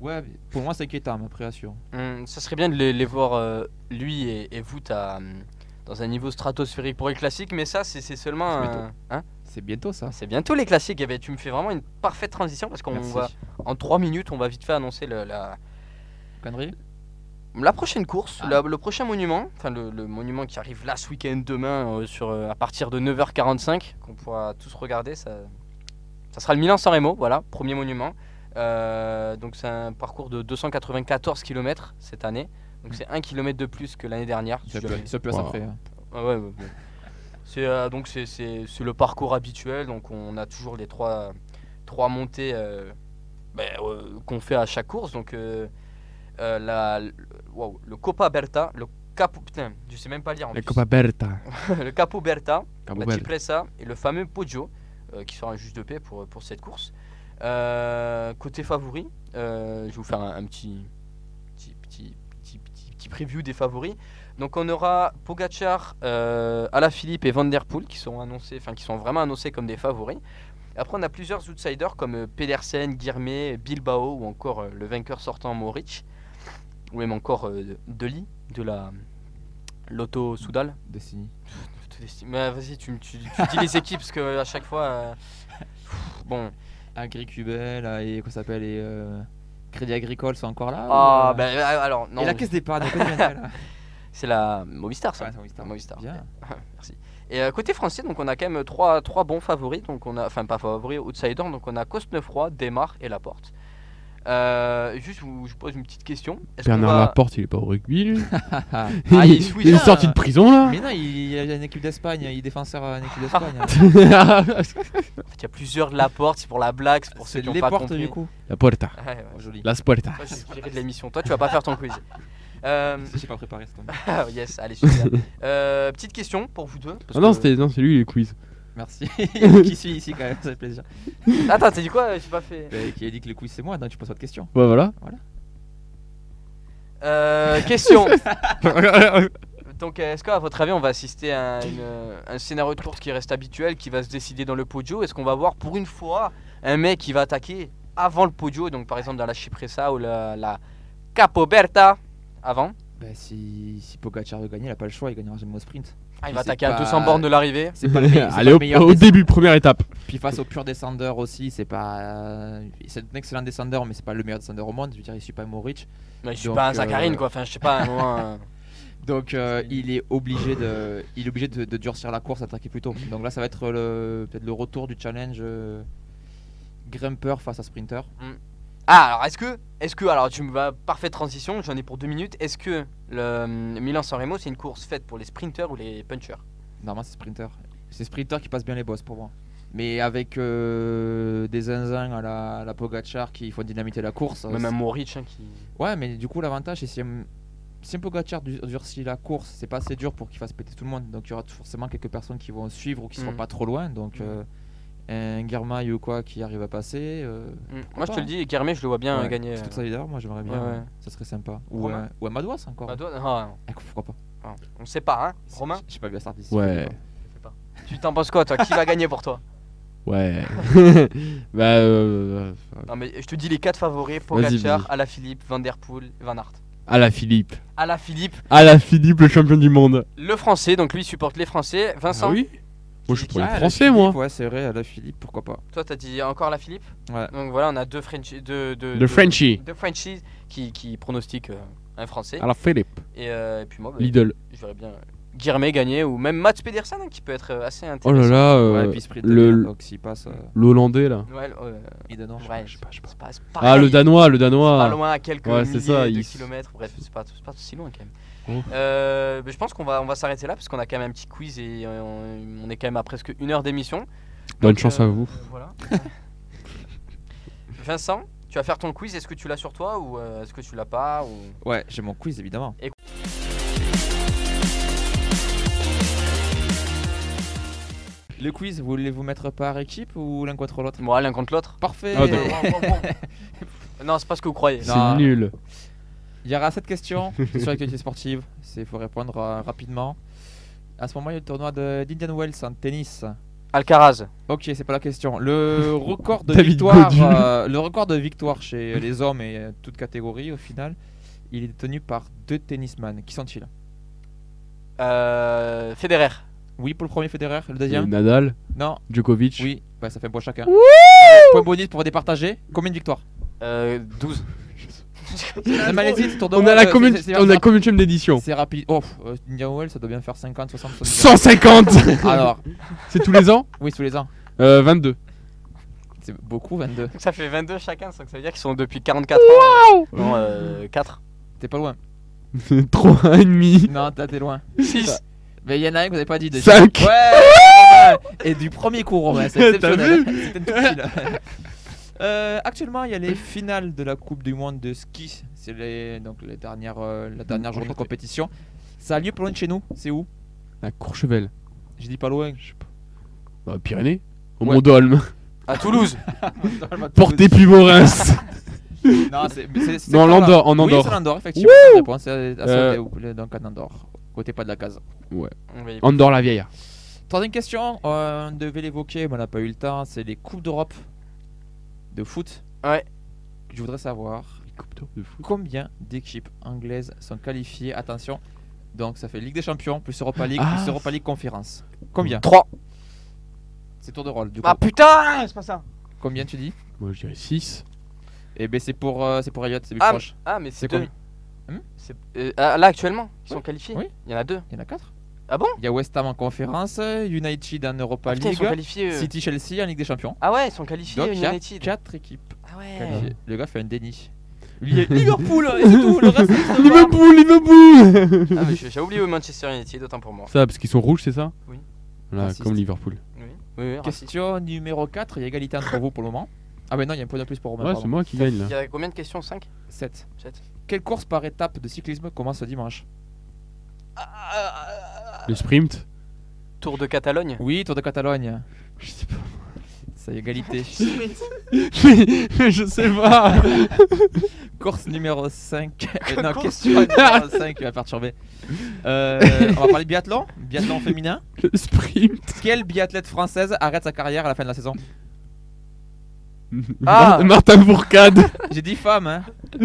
C: ouais, mais pour moi, c'est inquiétant, mais après, assure.
A: Hum, ça serait bien de les, les voir, euh, lui et, et vous, t'as, hum, dans un niveau stratosphérique pour les classiques, mais ça, c'est c'est seulement...
C: C'est bientôt.
A: un- hein
C: C'est bientôt ça.
A: c'est bientôt les classiques, eh ben, tu me fais vraiment une parfaite transition parce qu'on
C: Merci.
A: va... En 3 minutes, on va vite fait annoncer le- la,
C: Connerie
A: la prochaine course,
C: Ah.
A: la- le prochain monument, enfin le, le monument qui arrive là ce week-end demain euh, sur, euh, à partir de 9h45, qu'on pourra tous regarder. Ça, ça sera le Milan-San Remo, voilà, premier monument. Euh, donc c'est un parcours de 294 km cette année. Donc c'est 1 km de plus que l'année dernière. Si
C: Ça peut
A: jamais-
C: ça peut
B: Wow.
C: s'affrer, hein.
A: ah ouais, ouais, bon. C'est euh, donc c'est- c'est c'est le parcours habituel, donc on a toujours les trois, trois montées euh, ben, euh, qu'on fait à chaque course. Donc euh, euh, la, le- waouh, le Copa Berta, le Capo, putain, je sais même pas lire en
B: La
A: plus.
B: Copa Berta.
A: le Capo Berta,
B: Cabo
A: la
B: Berta.
A: Cipressa et le fameux Poggio euh, qui sera un juge de paix pour, pour cette course. Euh, côté favori, euh, je vais vous faire un, un petit, petit, petit, petit, petit- petit preview des favoris. Donc on aura Pogachar, euh, Alaphilippe et Van Der Poel qui sont, annoncés, enfin, qui sont vraiment annoncés comme des favoris. Après on a plusieurs outsiders comme euh, Pedersen, Guirmé, Bilbao ou encore euh, le vainqueur sortant Moric ou même encore euh, Deli de la l'auto Soudal.
C: Destiny.
A: Tout desti- Mais vas-y, tu, me- tu, tu dis les équipes parce que à chaque fois. euh, pff, Bon.
C: Agricubel euh, et quoi ça s'appelle et euh, Crédit Agricole sont encore là
A: Ah,
C: ou, euh,
A: ben euh, alors, non.
C: et la caisse d'épargne, combien elle est, là
A: C'est la Movistar, ça.
C: Ouais, c'est Movistar.
A: Movistar.
C: hein. Ah, Bien.
A: Merci. Et euh, côté français, donc on a quand même trois, trois bons favoris, donc on a, enfin pas favoris, outsiders, donc on a Cosnefroy, Desmar et Laporte. Euh, juste, je vous, je vous pose une petite question. Est-ce qu'on
B: Bernard
A: va-
B: Laporte, il est pas au rugby, lui.
C: Ah,
A: Ah, il est
B: il est
A: Suisse,
B: sorti de prison, là.
C: Mais non, il il a une équipe d'Espagne, il est défenseur à une équipe d'Espagne.
A: En fait, il y a plusieurs de Laporte, c'est pour la blague, c'est pour ceux
C: C'est
A: qui n'ont
C: les
A: pas
C: portes
A: compris.
C: du coup.
B: La puerta.
A: Ouais, ouais.
C: Oh, joli.
B: Las puertas.
A: Moi, je suis viré de l'émission. Toi, tu vas pas faire ton quiz. Euh,
C: J'ai pas préparé cette année.
A: ah, yes, allez, super. Euh, petite question pour vous deux. parce
B: Ah non,
A: que-
B: c'était non, c'est lui les quiz.
C: Merci. qui suis ici quand même, ça fait plaisir.
A: Attends, t'as dit quoi J'ai pas fait.
C: Bah, qui a dit que le quiz c'est moi, donc tu poses pas de questions.
B: Bah voilà.
A: Euh, question. Donc, euh, est-ce qu'à votre avis, on va assister à une, euh, un scénario de course qui reste habituel, qui va se décider dans le podio Est-ce qu'on va voir pour une fois un mec qui va attaquer avant le podio Donc, par exemple, dans la Cipressa ou la, la Capoberta avant
C: Bah, si, si Pogacar veut gagner, il a pas le choix, il gagnera jamais au sprint.
A: Ah, il
C: Je
A: va
C: sais
A: attaquer à
C: pas.
A: 200 bornes de l'arrivée.
C: C'est pas le, meilleur- c'est pas
B: Allez,
C: le
B: au,
C: meilleur.
B: au
C: descendeur.
B: début, première étape.
C: Puis face au pur descendeur aussi, c'est pas. euh, C'est un excellent descendeur, mais c'est pas le meilleur descendeur au monde. Je veux dire, il suit pas Moritz.
A: Mais je suis
C: Donc,
A: pas un
C: euh,
A: Zacharine, quoi. Enfin, je sais pas, à un moment. euh,
C: Donc euh, il est obligé de, il est obligé de, de durcir la course, attaquer plus tôt. Donc là, ça va être le, peut-être le retour du challenge euh, grimpeur face à sprinter.
A: Ah, alors est-ce que, est-ce que, alors tu me vas parfaite transition, j'en ai pour deux minutes. Est-ce que le hum, Milan-San Remo c'est une course faite pour les sprinters ou les punchers
C: Normalement, c'est sprinter. C'est sprinter qui passe bien les bosses pour moi. Mais avec euh, des zinzins à la, à la Pogacar qui font dynamiter la course.
A: Même un Moric hein, qui.
C: Ouais, mais du coup, l'avantage, c'est si, un- si un Pogacar du- durcit la course, c'est pas assez dur pour qu'il fasse péter tout le monde. Donc, il y aura t- forcément quelques personnes qui vont suivre ou qui seront
A: Mm.
C: pas trop loin. Donc,
A: Mm.
C: euh, un Guermail ou quoi qui arrive à passer. euh,
A: Hum, Moi je te
C: pas
A: le dis, Guermé je le vois bien
C: ouais.
A: gagner.
C: C'est
A: euh,
C: toute sa vie d'ailleurs, moi j'aimerais bien.
A: Ouais,
C: euh,
A: ouais.
C: Ça serait sympa. Ou,
A: Romain
C: un- ou un Madouas encore.
A: Madouas- ah, non,
C: Ah, pourquoi pas
A: non, on sait pas, hein, Romain.
C: J'ai pas vu la start d'ici.
B: Ouais.
A: Tu t'en penses quoi, toi Qui va gagner pour toi
B: Ouais. bah euh,
A: Non mais je te dis les quatre favoris
B: Vas-y,
A: Pogacar,
B: vas-y.
A: Alaphilippe, Van der Poel, Van Aert.
B: à la Philippe.
A: Alaphilippe,
B: À la Philippe, le champion du monde.
A: le Français, donc lui il supporte les Français. Vincent,
B: Ah oui. Moi, je suis pour les
C: Ah, la
B: Français,
C: Philippe,
B: moi.
C: Ouais, c'est vrai, la Philippe, pourquoi pas.
A: toi t'as dit encore Alaphilippe.
C: Ouais.
A: Donc voilà, on a deux Frenchies, deux, deux,
B: Le
A: deux-
B: Frenchie.
A: deux Frenchies qui, qui pronostiquent euh, un Français.
B: À la Philippe.
A: Et, euh, et puis moi, bah,
B: Lidl.
A: je verrais bien Guirmé gagner ou même Mats Pedersen hein, qui peut être euh, assez
B: Oh
A: intéressant.
B: là là. euh,
C: ouais, puis sprint.
B: le-
C: bien, Donc, s'il passe. euh,
B: L'Hollandais, là.
A: Ouais, le- euh,
C: il donne, je sais
A: ouais,
C: pas, je sais pas, je sais pas.
A: c'est pas, c'est
B: Ah,
A: pareil,
B: le Danois, le
C: Ah,
A: Pas
B: Danois.
A: loin à quelques
B: Ouais, c'est
A: milliers
B: ça,
A: de
B: il-
A: kilomètres. Bref, c'est pas, c'est pas si loin quand même.
B: Oh.
A: Euh, mais je pense qu'on va, on va s'arrêter là parce qu'on a quand même un petit quiz et euh, on, on est quand même à presque une heure d'émission.
B: Bonne
A: Donc,
B: chance
A: euh,
B: à vous.
A: euh, voilà. Vincent, tu vas faire ton quiz. Est-ce que tu l'as sur toi ou euh, est-ce que tu l'as pas ou...
C: Ouais, j'ai mon quiz évidemment.
A: Et-
C: Le quiz, vous voulez vous mettre par équipe ou l'un contre l'autre
A: Bon, l'un contre l'autre.
C: Parfait
B: Ah, d'accord.
A: non, c'est pas ce que vous croyez.
B: C'est
C: non.
B: nul.
C: Il y aura cette question sur l'actualité sportive. Il faut répondre euh, rapidement. À ce moment, il y a le tournoi de- d'Indian Wells en tennis.
A: Alcaraz.
C: Ok, c'est pas la question. Le record de
B: David
C: victoire,
B: Godu.
C: euh, le record de victoire chez les hommes et euh, toutes catégories au final, il est détenu par deux tennisman. Qui sont-ils
A: Euh, Federer.
C: Oui pour le premier Federer, le deuxième
B: Euh, Nadal,
C: Non.
B: Djokovic.
C: Oui. Bah, ça fait un point chacun. Point bonus pour départager. Combien de victoires
A: Euh, 12.
C: La Malaisie, ce tournoi,
B: On a la
C: euh,
B: commune,
C: c'est- c'est-
B: on a communium d'édition.
C: C'est rapide. Oh, pff, euh, Indian Wells, ça doit bien faire 50, 60, 70.
B: 150
C: Alors,
B: C'est tous les ans
C: oui, tous les ans.
B: euh, 22.
C: C'est beaucoup, 22.
A: Donc ça fait 22 chacun, donc ça veut dire qu'ils sont depuis 44 ans. Non, euh, 4.
C: T'es pas loin.
B: 3 et demi.
C: Non, t'as- t'es loin.
A: 6.
C: Mais il y en a un que vous avez pas dit déjà.
B: Cinq.
C: Ouais, Romain. Et du premier coup, Romain, c'est
B: T'as
C: exceptionnel. C'était tout petit, là. Euh, actuellement, il y a les finales de la Coupe du Monde de ski. C'est les, donc les dernières, euh, la dernière
B: Mmh.
C: journée de compétition. Ça a lieu pas loin de chez nous. C'est où
B: À Courchevel.
C: J'ai dit pas loin.
B: Dans les Pyrénées Au
C: Ouais.
B: Mont-d'Olme.
A: À Toulouse.
B: Porté puis Morins.
C: Non, c'est- mais c'est- c'est
B: Dans
C: pas là.
B: l'Andorre, en
C: Oui,
B: Andorre.
C: c'est l'Andorre, effectivement. bonne réponse. C'est à- à
B: Euh.
C: Saint-Étienne, le- donc en Andorre. Côté pas de la case.
A: Oui.
B: Andorre la vieille.
C: Troisième question, euh, on devait l'évoquer, mais on n'a pas eu le temps. C'est les Coupes d'Europe de foot.
A: Ouais.
C: Je voudrais savoir combien d'équipes anglaises sont qualifiées. Attention, donc ça fait Ligue des Champions, plus Europa League,
B: Ah.
C: plus Europa League Conférence. Combien
A: 3.
C: C'est tour de rôle, du coup.
A: Ah putain, c'est pas ça.
C: Combien tu dis
B: Moi je dirais 6.
C: Eh ben c'est pour, euh, c'est pour Elliot, c'est plus
A: Ah,
C: proche.
A: Ah mais c'est
C: C'est
A: deux.
C: combien Hmm
A: C'est- euh, ah, là actuellement, ils sont qualifiés.
C: Oui.
A: Il y en a deux.
C: Il y en a 4
A: Ah bon
C: Il y a West Ham en conférence, United en Europa
A: Ah, putain, ils
C: League,
A: sont qualifiés. eux.
C: City Chelsea en Ligue des Champions.
A: Ah ouais, ils sont qualifiés
C: Donc il y a
A: United.
C: 4 équipes
A: Ah ouais.
C: qualifiées. Le gars fait un déni. Il est Liverpool hein, et c'est tout, le reste ça se voit.
B: Liverpool, Liverpool
A: Ah, mais j'ai j'ai oublié Manchester United, autant pour moi.
B: Ça, parce qu'ils sont rouges, c'est ça
A: Oui. Ah,
B: Voilà,
C: Raciste.
B: comme Liverpool.
A: Oui, oui, oui, raciste.
C: Question numéro 4, il y a égalité entre vous pour le moment. Ah ben non, il y a un point de plus pour Romain.
B: Ouais, c'est moi qui gagne là.
A: bah, Il y a combien de questions 5
C: 7.
A: Sept.
C: Quelle course par étape de cyclisme commence ce dimanche
B: Le sprint
A: Tour de Catalogne
C: Oui, Tour de Catalogne.
B: Je sais pas.
C: C'est égalité.
B: Mais je sais pas
C: course numéro 5. non, question numéro 5 qui va perturber. Euh, on va parler biathlon, biathlon féminin.
B: Le sprint
C: Quelle biathlète française arrête sa carrière à la fin de la saison
A: Ah
B: Mar- Martin Fourcade
C: J'ai dit femme, hein. Ah,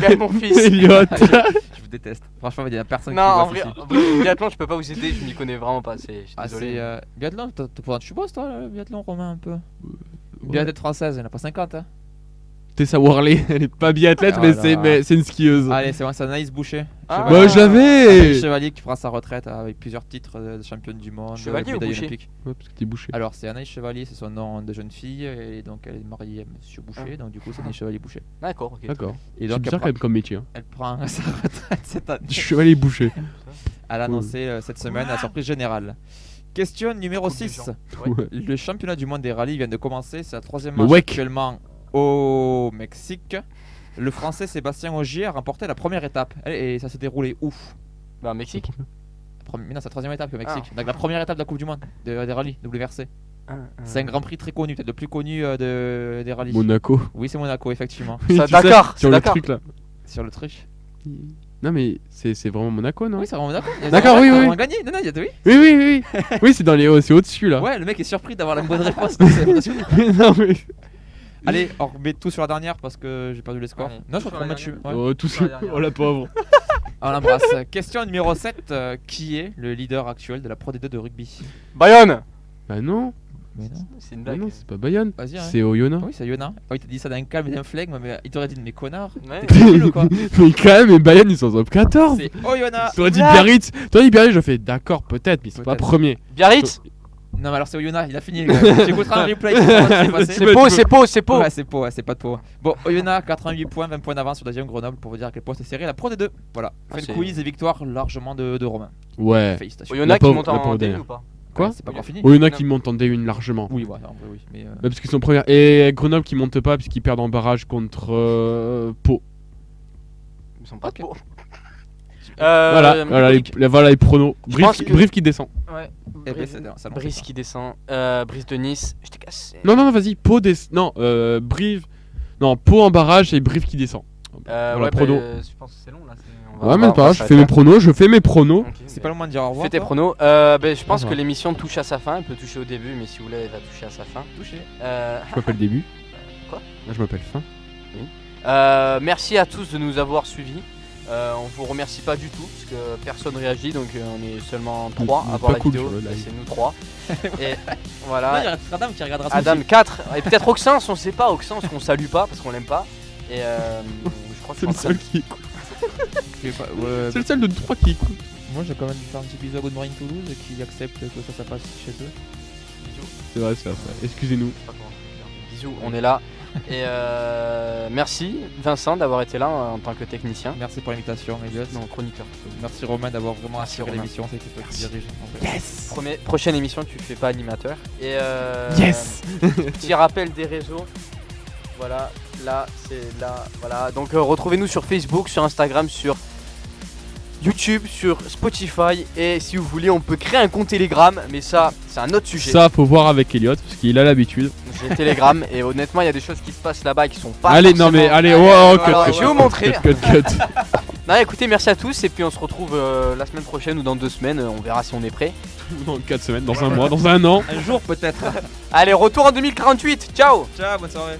A: Gagne mon fils
B: Elliot
C: Je vous déteste. Franchement, il y a personne
A: Non,
C: qui
A: en
C: voit
A: vrai,
C: ceci.
A: en vrai, biathlon, je peux pas vous aider, je m'y connais vraiment pas. c'est- Je suis
C: Ah, c'est
A: désolé.
C: euh, biathlon, t'as- t'as- t'as- tu bosses toi, le biathlon romain un peu Biathlète française, il n'y en a pas 50. Hein.
B: Tessa Worley, elle est pas biathlète,
C: Ah
B: mais
C: là
B: c'est
C: là.
B: mais c'est une skieuse.
C: Allez, c'est bon, c'est Anaïs Boucher.
A: Ah.
C: Chevalier.
B: Bah, je
C: Anaïs
B: l'avais
C: Chevalier qui prend sa retraite avec plusieurs titres de de championne du monde,
A: Chevalier ou
C: médaille
A: Boucher
C: olympique.
B: Ouais, parce que t'es bouché.
A: Ah,
C: Alors, c'est Anaïs Chevalier, c'est son nom de jeune fille, et donc elle est mariée à Monsieur Boucher,
A: Ah.
C: donc du coup, c'est Anaïs Chevalier Boucher.
A: D'accord, ok.
B: D'accord.
C: Et
B: C'est
C: donc, elle
B: bizarre quand
C: prend,
B: même comme métier. hein.
C: elle prend sa retraite cette année.
B: Chevalier bouché.
C: Elle a annoncé euh, cette semaine la surprise générale. Question numéro
A: Coupe des
C: 6.
A: gens. Ouais.
B: Ouais.
C: Le championnat du monde des rallyes vient de commencer, c'est la troisième
B: Le
C: manche
B: WEC.
C: actuellement au Mexique. Le français Sébastien Ogier a remporté la première étape. Allez, Et ça s'est déroulé où
A: Bah, Mexique
C: La première- Mais non, c'est la troisième étape au
A: Ah.
C: Mexique. Donc la première étape de la Coupe du Monde de- des rallyes, WRC. C'est un
A: Hmm.
C: grand prix très connu, peut-être le plus connu euh, de- des rallyes.
B: Monaco.
C: Oui, c'est Monaco, effectivement.
B: Oui, tu sais,
A: Dakar, c'est
B: Sur le
A: Dakar.
B: truc là.
C: Sur le truc.
B: Non, mais c'est c'est vraiment Monaco,
A: Ah.
B: non
C: Oui, c'est vraiment Monaco. Il y a-
B: D'accord, oui,
C: ils ont
B: oui.
C: vraiment gagné. Non, non, il y a oui.
B: Oui, oui, oui. oui. Oui, c'est dans les hauts, c'est au-dessus là.
C: Ouais, le mec est surpris d'avoir la bonne réponse. C'est impressionnant.
B: Mais non, mais.
C: Allez, on remet tout sur la dernière parce que j'ai perdu les scores.
A: Allez, tout
C: non, je
A: sur
C: crois
A: la
C: qu'on m'a tué.
A: dernière.
C: Ouais.
B: Oh, tout
A: Sur la
B: seul.
A: dernière.
B: Oh la pauvre.
C: On l'embrasse. Question numéro 7. qui est le leader actuel de la Pro D2 de rugby
A: Bayonne
B: Bah non,
C: Mais non.
A: C'est une
B: bah
A: blague.
B: non c'est pas Bayonne.
C: Vas-y, hein.
B: C'est Oyonnax.
C: Oui, c'est Yona. Ah oui, t'as dit ça d'un calme et d'un flegme, mais il t'aurait dit, mais connard.
A: Ouais.
C: T'es nul ou quoi
B: mais quand même, et Bayonne ils sont top 14.
C: C'est Oh Yona
B: T'aurais dit
A: Là.
B: Biarritz. T'aurais dit Biarritz, je fais d'accord, peut-être, mais c'est pas
C: Peut-être.
B: premier.
A: Biarritz
C: Non, mais alors c'est Oyona, il a fini. le gars. J'écouterai un replay. pour savoir ce qui s'est passé.
B: Tu
A: C'est
B: peux-
A: Pau,
B: tu
A: c'est Pau, c'est Pau
C: Ouais, c'est Pau, ouais, c'est pas de Pau. Bon, Oyonnax, 88 points, 20 points d'avance sur deuxième Grenoble pour vous dire à quel point c'est serré. La Pro des deux. Voilà.
A: Ah,
C: Fin de
A: c'est-
C: quiz et victoire largement de, de Romain.
B: Ouais.
C: Félicitations.
A: Oyonnax qui
B: pauvre-
A: monte
B: la pauvre
A: Oh, en D
B: dernière.
A: ou pas
B: Quoi
C: Ouais, C'est pas encore fini.
B: Oyonnax qui monte en D1 largement.
C: Oui, ouais, en vrai, oui. Mais euh,
B: Bah, parce qu'ils sont premiers. Et Grenoble qui monte pas, puisqu'ils perdent en barrage contre euh, Pau.
A: Ils sont pas
C: Ok.
A: Pau. Euh,
B: voilà, voilà, les, les- voilà les pronos.
A: Je
B: Brive,
A: pense
B: qui-
A: que-
B: Brive qui descend.
A: Ouais.
C: eh ben,
A: Brice,
C: c'est- ça lance
A: Brice
C: pas.
A: qui descend. Euh, Brice de Nice. Je t'ai cassé.
B: Non, non, non, vas-y. Pau descend. Non, euh, Brive. Non, Pau en barrage et Brive qui descend.
A: Euh,
B: Voilà,
A: ouais, bah,
B: prono.
A: euh, je pense que c'est long là. c'est- on va-
B: ouais,
A: on
B: mais
A: va- on
B: pas,
A: va
B: je
A: s'arrêter
B: fais mes
A: là.
B: pronos, je fais mes pronos.
A: Ok,
C: C'est
A: mais-
C: pas le moment de dire au revoir.
A: Fais tes
C: toi.
A: pronos. Euh, ben, je pense
B: Au
A: que
B: revoir.
A: l'émission touche à sa fin. Elle peut toucher au début, mais si vous voulez, elle va toucher à sa fin.
C: Touché.
A: Euh,
B: Je m'appelle Début.
A: Quoi
B: Moi, Je m'appelle Fin.
A: euh, merci à tous de nous avoir suivis. Euh, on vous remercie pas du tout parce que personne réagit, donc euh, on est seulement trois
B: on est
A: à voir la
B: pas cool
A: vidéo.
B: sur le live.
A: et C'est nous trois. et
C: Ah, il y
A: voilà.
C: a Adam qui regardera ça.
A: Adam 4 et peut-être Oxens, on sait pas Oxens qu'on salue pas parce qu'on l'aime pas. Et euh, je crois que
B: C'est
A: je suis
B: le
A: en train
B: seul qui écoute.
C: Je sais pas, ouais, bah,
B: C'est le seul de trois qui écoute.
C: Moi j'ai quand même dû faire un petit bisou à Good Morning Toulouse qui accepte que ça, ça passe chez eux.
B: C'est vrai, c'est vrai. c'est vrai. Excusez-nous.
A: de- je sais pas comment on fait. Bisous, on est là. Et euh, merci Vincent d'avoir été là en tant que technicien.
C: Merci pour l'invitation, Elliot.
A: Ah. Non, chroniqueur.
C: Merci Romain d'avoir vraiment
A: Merci,
C: assuré
A: Romain.
C: l'émission, c'était toi qui
B: Merci.
C: dirige. en vrai.
B: Yes
A: Premier- prochaine émission, tu fais pas animateur. Et euh,
B: Yes
A: Petit rappel des réseaux. Voilà, là, c'est là. Voilà. Donc euh, retrouvez-nous sur Facebook, sur Instagram, sur YouTube, sur Spotify. Et si vous voulez, on peut créer un compte Telegram. Mais ça, c'est un autre sujet.
B: Ça, faut voir avec Elliot, parce qu'il a l'habitude.
A: J'ai Telegram. et honnêtement, il y a des choses qui se passent là-bas qui sont pas.
B: allez, non, mais
A: forcément-
B: allez, oh, oh,
A: Alors,
B: cut, cut,
A: je vais vous
B: cut,
A: montrer.
B: Cut, cut, cut.
A: Non, Bah, écoutez, merci à tous. Et puis on se retrouve euh, la semaine prochaine ou dans deux semaines. euh, On verra si on est prêt.
B: dans 4 semaines, dans un mois, dans un an.
C: Un jour peut-être.
A: Allez, retour en 2048. Ciao
C: Ciao, bonne soirée.